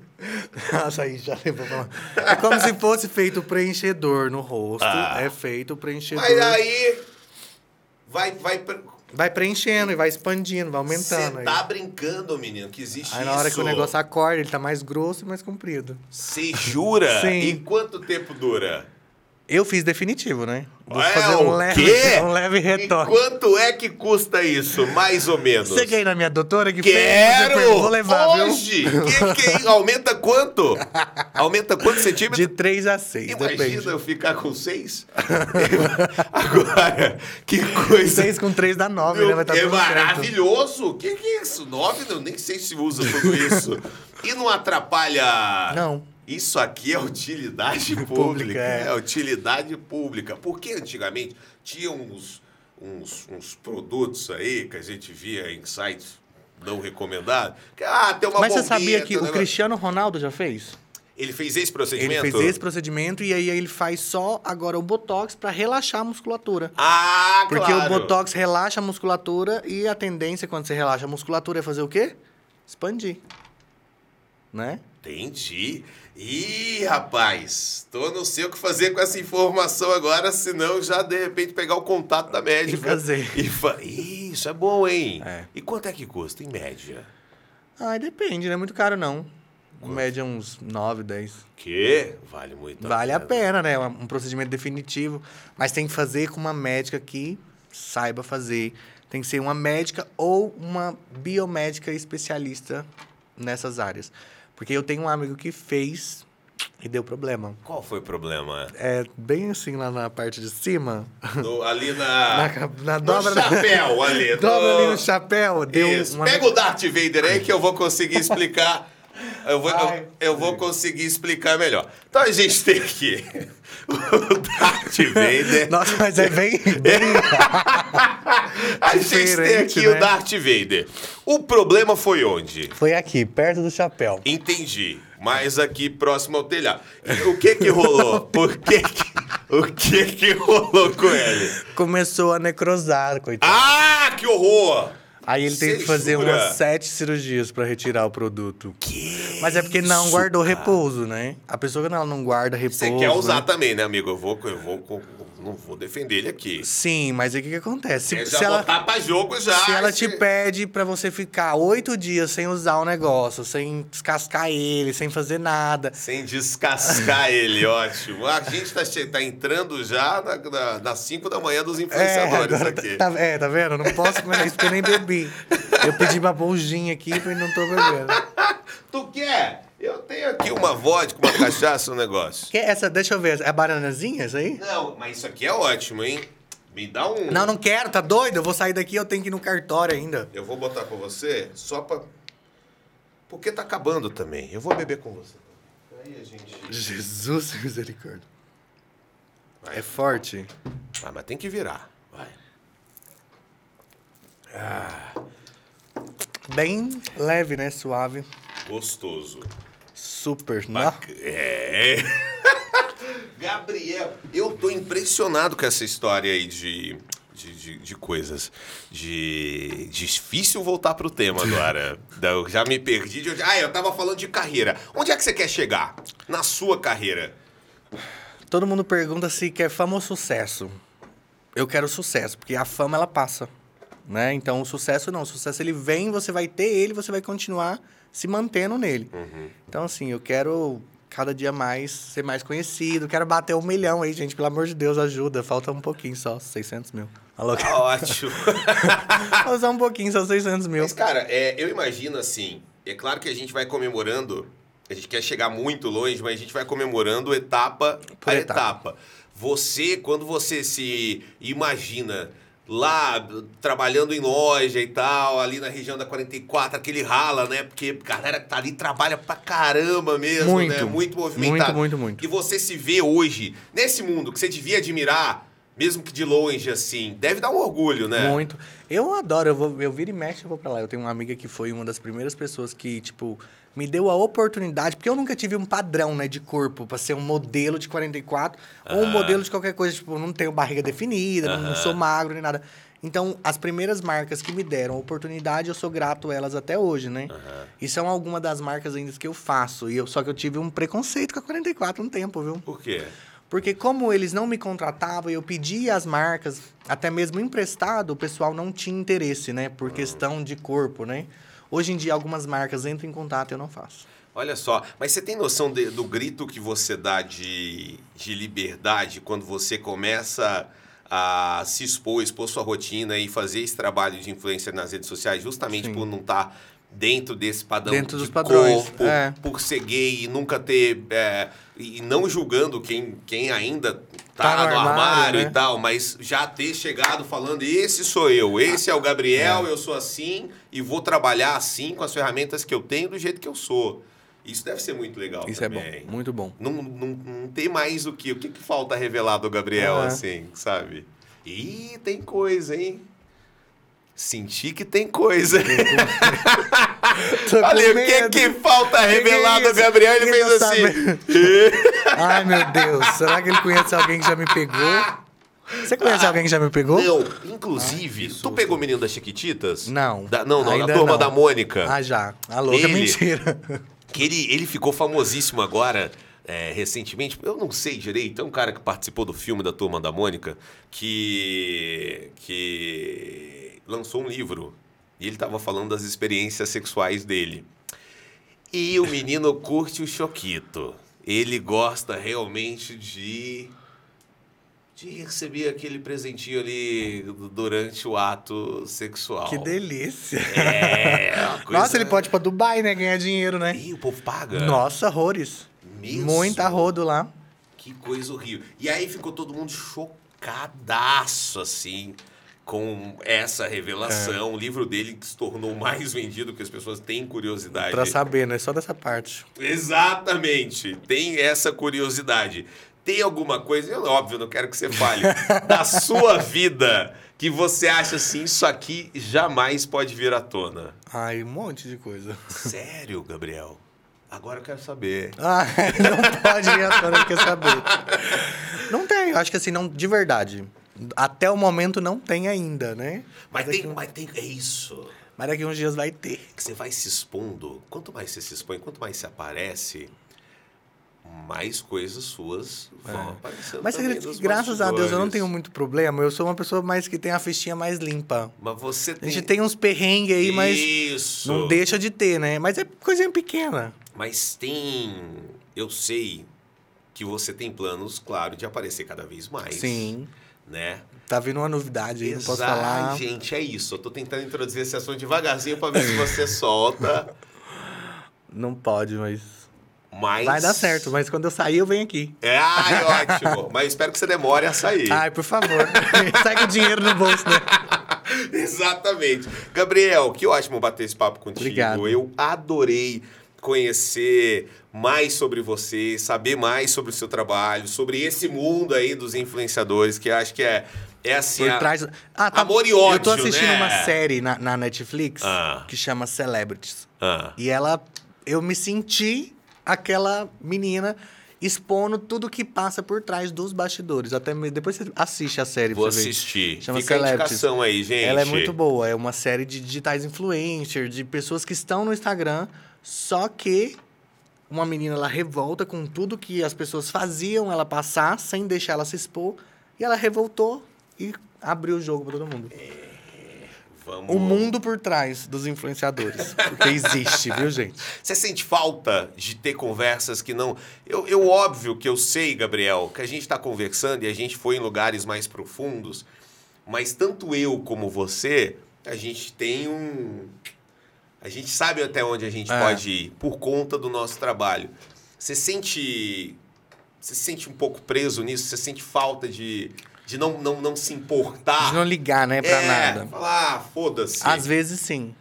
Nossa, aí já lembrou. pra lá. É como se fosse feito o preenchedor no rosto. Ah. É feito o preenchedor. Mas aí. Vai, vai. pra- Vai preenchendo e vai expandindo, vai Você aumentando. aí. tá brincando, menino, que existe Aí na hora isso. que o negócio acorda, ele tá mais grosso e mais comprido. Você jura? Sim. E quanto tempo dura? Eu fiz definitivo, né? Vou É, fazer o um leve, quê? um leve E retoque. quanto é que custa isso, mais ou menos? Você quer ir na minha doutora que Quero! fez? Eu Vou levar, Hoje! Que, que é isso? Aumenta quanto? Aumenta quantos viu? centímetros? De 3 a 6, Imagina depende. eu ficar com seis? Agora, que coisa. 6 com 3 dá 9, né? Vai estar é tudo certo. maravilhoso! O que, que é isso? Nove? Eu nem sei se usa tudo isso. e não atrapalha. Não. Isso aqui é utilidade pública. Pública, é. é. utilidade pública. Porque antigamente tinha uns, uns, uns produtos aí que a gente via em sites não recomendados. que, Ah, tem uma Mas você bombinha, sabia que tem um o negócio- Cristiano Ronaldo já fez? Ele fez esse procedimento? Ele fez esse procedimento e aí ele faz só agora o botox para relaxar a musculatura. Ah, Porque claro. o botox relaxa a musculatura e a tendência quando você relaxa a musculatura é fazer o quê? Expandir. Né? Entendi. Ih, rapaz, tô não sei o que fazer com essa informação agora, senão já de repente pegar o contato da médica. fazer. E fa... Ih, Isso é bom, hein? É. E quanto é que custa, em média? Ah, depende, não é muito caro não. Em média uns 9, 10. Que vale muito Vale a pena, né? Um procedimento definitivo. Mas tem que fazer com uma médica que saiba fazer. Tem que ser uma médica ou uma biomédica especialista nessas áreas. Porque eu tenho um amigo que fez e deu problema. Qual foi o problema? É bem assim lá na parte de cima. No- ali na. na, ca- na Ah. no dobra, chapéu ali. dobra no- ali no chapéu. Deu um Isso. uma... Pega o Darth Vader aí que eu vou conseguir explicar. Eu vou, eu, Vai. eu vou conseguir explicar melhor. Então a gente tem aqui o Darth Vader. Nossa, mas é bem... bem... a gente tem diferente, aqui o né? Darth Vader. O problema foi onde? Foi aqui, perto do chapéu. Entendi. Mas aqui próximo ao telhado. E o que que rolou? Por que que- o que que rolou com ele? Começou a necrosar, coitado. Ah, que horror! Aí ele teve que fazer Censura. umas sete cirurgias pra retirar o produto. Que Mas é porque não isso, guardou cara? repouso, né? A pessoa que ela não guarda repouso. Você quer usar né? também, né, amigo? Eu vou, eu vou, eu não vou defender ele aqui. Sim, mas aí o que, que acontece? é Se, já se ela, botar pra jogo já. se ela esse- te pede pra você ficar oito dias sem usar o negócio, sem descascar ele, sem fazer nada. Sem descascar ele, ótimo. A gente tá, che- tá entrando já na- na- nas 5 da manhã dos influenciadores É, agora aqui. tá, tá- é, tá vendo? Eu Não posso comer isso porque eu nem bebi. Eu pedi pra pôr o gin aqui e não tô bebendo. Tu quer? Eu tenho aqui uma vodka, uma cachaça, um negócio. Que é essa, deixa eu ver, é bananazinha essa aí? Não, mas isso aqui é ótimo, hein? Me dá um. Não, não quero, tá doido? Eu vou sair daqui, eu tenho que ir no cartório ainda. Eu vou botar pra você só pra. Porque tá acabando também. Eu vou beber com você. Aí, gente. Jesus misericórdia. É forte. Ah, mas tem que virar. Vai. Bem leve, né? Suave. Gostoso. Super. Nó. Bac- É. Gabriel, eu tô impressionado com essa história aí de. De, de- de coisas. De. Difícil voltar pro tema agora. Da- eu já me perdi de onde. Ah, eu tava falando de carreira. Onde é que você quer chegar? Na sua carreira. Todo mundo pergunta se quer fama ou sucesso. Eu quero sucesso, porque a fama ela passa. Né? Então o sucesso não. O sucesso ele vem, você vai ter ele, você vai continuar se mantendo nele. Então, assim, eu quero cada dia mais ser mais conhecido, quero bater um milhão aí, gente. Pelo amor de Deus, ajuda. Falta um pouquinho só, 600 mil. Alô, Tá ótimo. Falta só um pouquinho, só 600 mil. Mas, cara, é, eu imagino assim. É claro que a gente vai comemorando. A gente quer chegar muito longe, mas a gente vai comemorando etapa Por a etapa. etapa. Você, quando você se imagina lá trabalhando em loja e tal, ali na região da 44, aquele rala, né? Porque a galera que tá ali trabalha pra caramba mesmo, Muito, né? Muito muito, movimentado. muito, muito. E você se vê hoje nesse mundo que você devia admirar, mesmo que de longe assim, deve dar um orgulho, né? Muito. Eu adoro, eu, vou, eu viro e mexo, eu vou pra lá. Eu tenho uma amiga que foi uma das primeiras pessoas que, tipo, me deu a oportunidade, porque eu nunca tive um padrão, né, de corpo, pra ser um modelo de 44 ou um modelo de qualquer coisa, tipo, eu não tenho barriga definida, não- não sou magro nem nada. Então, as primeiras marcas que me deram a oportunidade, eu sou grato a elas até hoje, né? E são algumas das marcas ainda que eu faço. E eu, só que eu tive um preconceito com a 44 um tempo, viu? Por quê? Porque como eles não me contratavam, eu pedia as marcas, até mesmo emprestado, o pessoal não tinha interesse, né? Ah. Por questão de corpo, né? Hoje em dia, algumas marcas entram em contato e eu não faço. Olha só, mas você tem noção de- do grito que você dá de, de liberdade quando você começa a se expor, expor sua rotina e fazer esse trabalho de influencer nas redes sociais, justamente Sim. por não estar dentro desse padrão Dentro de dos padrões, corpo, é. por ser gay e nunca ter... é, e não julgando quem, quem ainda tá, Tá no no armário, armário, e né? tal, mas já ter chegado falando, esse sou eu, esse é o Gabriel, eu sou assim e vou trabalhar assim com as ferramentas que eu tenho do jeito que eu sou. Isso deve ser muito legal Isso é também. bom, muito bom. Não, não, não tem mais o que. O que, que falta revelar do Gabriel, Aham. assim, sabe? Ih, tem coisa, hein? Senti que tem coisa. Tô Olha, com o que, medo. que falta revelar Que que é do Gabriel? Ele Quem fez tá assim. sabendo? Ai, meu Deus. Será que ele conhece alguém que já me pegou? Você Ah. conhece alguém que já me pegou? Não, inclusive, tu pegou o menino das Chiquititas? Não. Da- não, não, da Ainda turma não. da Mônica. Ah, já. A louca, Ele- mentira. Que ele, ele ficou famosíssimo agora, é, recentemente. Eu não sei direito. É um cara que participou do filme da Turma da Mônica que. que lançou um livro. E ele tava falando das experiências sexuais dele. E o menino curte o Choquito. Ele gosta realmente de. de receber aquele presentinho ali durante o ato sexual. Que delícia. É, uma Nossa, coisa- ele pode ir pra Dubai, né? Ganhar dinheiro, né? Ih, o povo paga? Nossa, horrores. Mesmo? Muita rodo lá. Que coisa horrível. E aí ficou todo mundo chocadaço, assim, com essa revelação. O livro dele que se tornou mais vendido, que as pessoas têm curiosidade. Pra saber, né? Só dessa parte. Exatamente. Tem essa curiosidade. Tem alguma coisa, eu, óbvio, não quero que você fale, da sua vida que você acha assim, isso aqui jamais pode vir à tona. Ai, um monte de coisa. Sério, Gabriel? Agora eu quero saber. Ah, não pode ir à tona, quer saber. Não tem, eu acho que assim, não, de verdade. Até o momento não tem ainda, né? Mas, daqui tem, um- mas tem. É isso. mas daqui uns dias vai ter. que você vai se expondo, quanto mais você se expõe, quanto mais se aparece, mais coisas suas vão aparecendo. É. Mas você também acredita nos que, graças a Deus, eu não bastidores. tenho muito problema. Eu sou uma pessoa mais que tem a fichinha mais limpa. Mas você A tem. gente tem uns perrengues aí, mas Isso. não deixa de ter, né? Mas é coisinha pequena. Mas tem. Eu sei que você tem planos, claro, de aparecer cada vez mais. Sim. Né? Tá vindo uma novidade aí, não posso Exato, falar. gente, é isso. Eu tô tentando introduzir esse assunto devagarzinho pra ver se você solta. Não pode, mas. Mas. Vai dar certo, mas quando eu sair, eu venho aqui. É, ai, ótimo. Mas espero que você demore a sair. Ai, por favor. Sai com o dinheiro no bolso, né? Exatamente. Gabriel, que ótimo bater esse papo contigo. Obrigado. Eu adorei conhecer mais sobre você, saber mais sobre o seu trabalho, sobre esse mundo aí dos influenciadores, que acho que é, é assim. Por a- trás. Ah, Amor e ódio, Eu tô assistindo né? uma série na, na Netflix Ah. que chama Celebrities. Ah, E ela. Eu me senti aquela menina expondo tudo que passa por trás dos bastidores. Até mesmo, depois você assiste a série. pra vou você ver. assistir. Chama Fica a Celebrities. indicação aí, gente. Ela é muito boa. É uma série de digitais influencers, de pessoas que estão no Instagram, só que uma menina ela revolta com tudo que as pessoas faziam ela passar sem deixar ela se expor. E ela revoltou e abriu o jogo pra todo mundo. Vamos... O mundo por trás dos influenciadores. Porque existe, viu, gente? Você sente falta de ter conversas que não. Eu, eu óbvio que eu sei, Gabriel, que a gente está conversando e a gente foi em lugares mais profundos, mas tanto eu como você, a gente tem um. A gente sabe até onde a gente É. pode ir por conta do nosso trabalho. Você sente. Você se sente um pouco preso nisso? Você sente falta de, de não, não, não se importar? De não ligar, né, pra é, nada. Falar, ah, foda-se. Às vezes sim.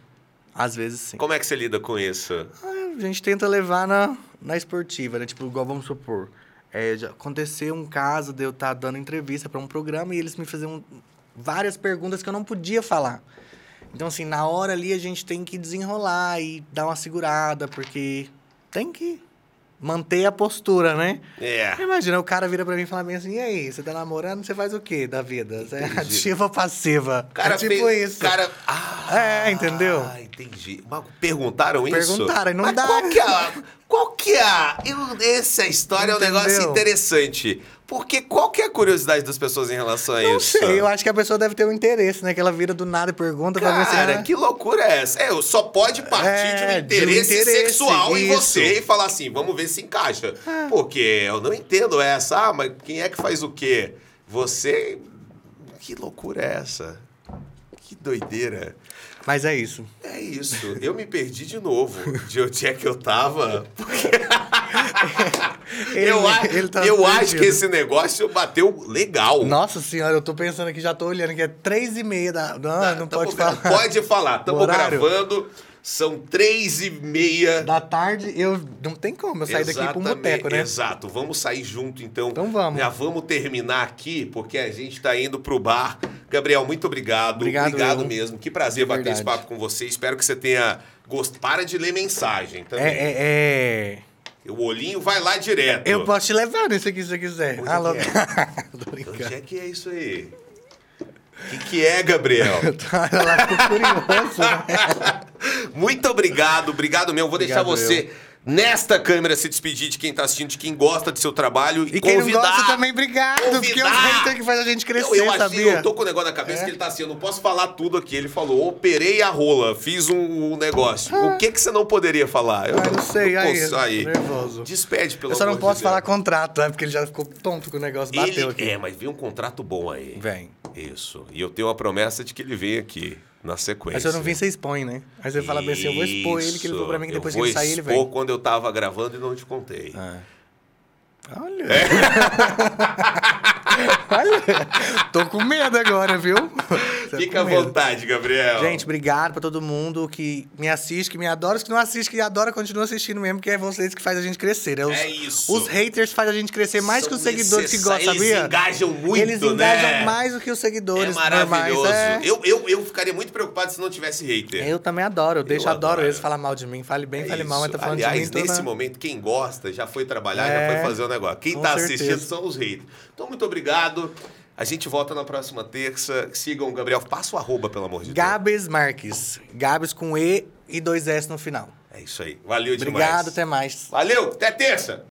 Às vezes sim. Como é que você lida com isso? É, A gente tenta levar na, na esportiva, né? Tipo, igual vamos supor. é, já aconteceu um caso de eu estar dando entrevista para um programa e eles me faziam várias perguntas que eu não podia falar. Então, assim, na hora ali a gente tem que desenrolar e dar uma segurada, porque tem que manter a postura, né? É. Imagina, o cara vira pra mim e fala bem assim: e aí, você tá namorando, você faz o quê da vida? Você é Entendi. ativa ou passiva? O cara é tipo fez- isso. o Cara... Ah, É, entendeu? entendi. Mas perguntaram isso? Perguntaram, e não Mas dá. Qual que é? a- Qual que é? a- eu- Essa história é um Entendeu? negócio interessante. Porque qual que é a curiosidade das pessoas em relação a Não isso? sei, eu acho que a pessoa deve ter um interesse, né? Que ela vira do nada e pergunta pra ver se Cara, ela- que loucura é essa? É, eu só pode partir de um É, de um interesse, interesse, sexual em isso. É. você e falar assim, vamos ver se encaixa. Porque eu não entendo essa. Ah, mas quem é que faz o quê? Você... Que loucura é essa? Que doideira. Mas é isso. É isso. Eu me perdi de novo de onde é que eu tava. Porque Ele- eu a- ele tá eu acho perdido. que esse negócio bateu legal. Nossa senhora, eu tô pensando aqui, já tô olhando que é três e meia da. Não, não Tamo- pode falar. tá Pode falar. Estamos Horário? gravando. São três e meia. Da tarde, eu. Não tem como eu sair daqui pra um Exatamente, boteco, né? Exato. Vamos sair junto, então. Então vamos. Já vamos terminar aqui, porque a gente tá indo pro bar. Gabriel, muito obrigado. Obrigado, obrigado eu. mesmo. Que prazer bater Verdade. esse papo com você. Espero que você tenha Gost... Para de ler mensagem também. É, é, é. O olhinho vai lá direto. Eu posso te levar nesse aqui se você quiser. Onde é Alô. que é? Tô Onde brincando. é que é isso aí? O que, que é, Gabriel? Ela ficou curiosa. né? Muito obrigado, obrigado mesmo. Vou deixar Obrigado você nesta câmera se despedir de quem tá assistindo, de quem gosta do seu trabalho e, E quem convidar. não gosta também, obrigado. Porque é Convidar. os haters que faz a gente Eu, crescer, eu, achei, sabia? É. eu tô com o negócio na cabeça que ele tá assim, eu não posso falar tudo aqui. Ele falou, operei a rola, fiz um, um negócio. O que que você não poderia falar? Eu Ah, não sei, aí, posso- nervoso. Despede, pelo Eu só não amor de posso Deus. falar contrato, né? Porque ele já ficou tonto com o negócio, bateu ele, aqui. É, mas veio um contrato bom aí. Vem. Isso. E eu tenho a promessa de que ele vem aqui, na sequência. Aí se eu não vim, você expõe, né? Aí você fala bem assim, eu vou expor ele, que ele falou pra mim que Isso. depois eu que ele sair, ele vou expor vem. É. quando eu tava gravando e não te contei. Olha. Olha. Tô com medo agora, viu? Tô Fica à com medo. vontade, Gabriel. Gente, obrigado pra todo mundo que me assiste, que me adora, os que não assistem, que adora, continua assistindo mesmo, que é vocês que faz a gente crescer. né? Os, É isso. Os haters faz a gente crescer mais São que os seguidores que necessários. gostam, sabia? Eles engajam muito, Eles engajam né? mais do que os é seguidores normais. maravilhoso. é. Eu, eu, eu ficaria muito preocupado se não tivesse hater. Eu também adoro, eu deixo, adoro, adoro. eles falar mal de mim, fale bem, É fale mal, mas isso. tá falando Aliás, de mim. tô nesse na- momento, quem gosta já foi trabalhar, já É, foi fazer o negócio. Quem com tá certeza. assistindo são os haters. Então, muito obrigado. A gente volta na próxima terça. Sigam o Gabriel. Passa o arroba, pelo amor de Gabes Marques. Gabes com E e dois S no final. Deus. É isso aí. Valeu demais. Obrigado, até mais. Valeu, até terça.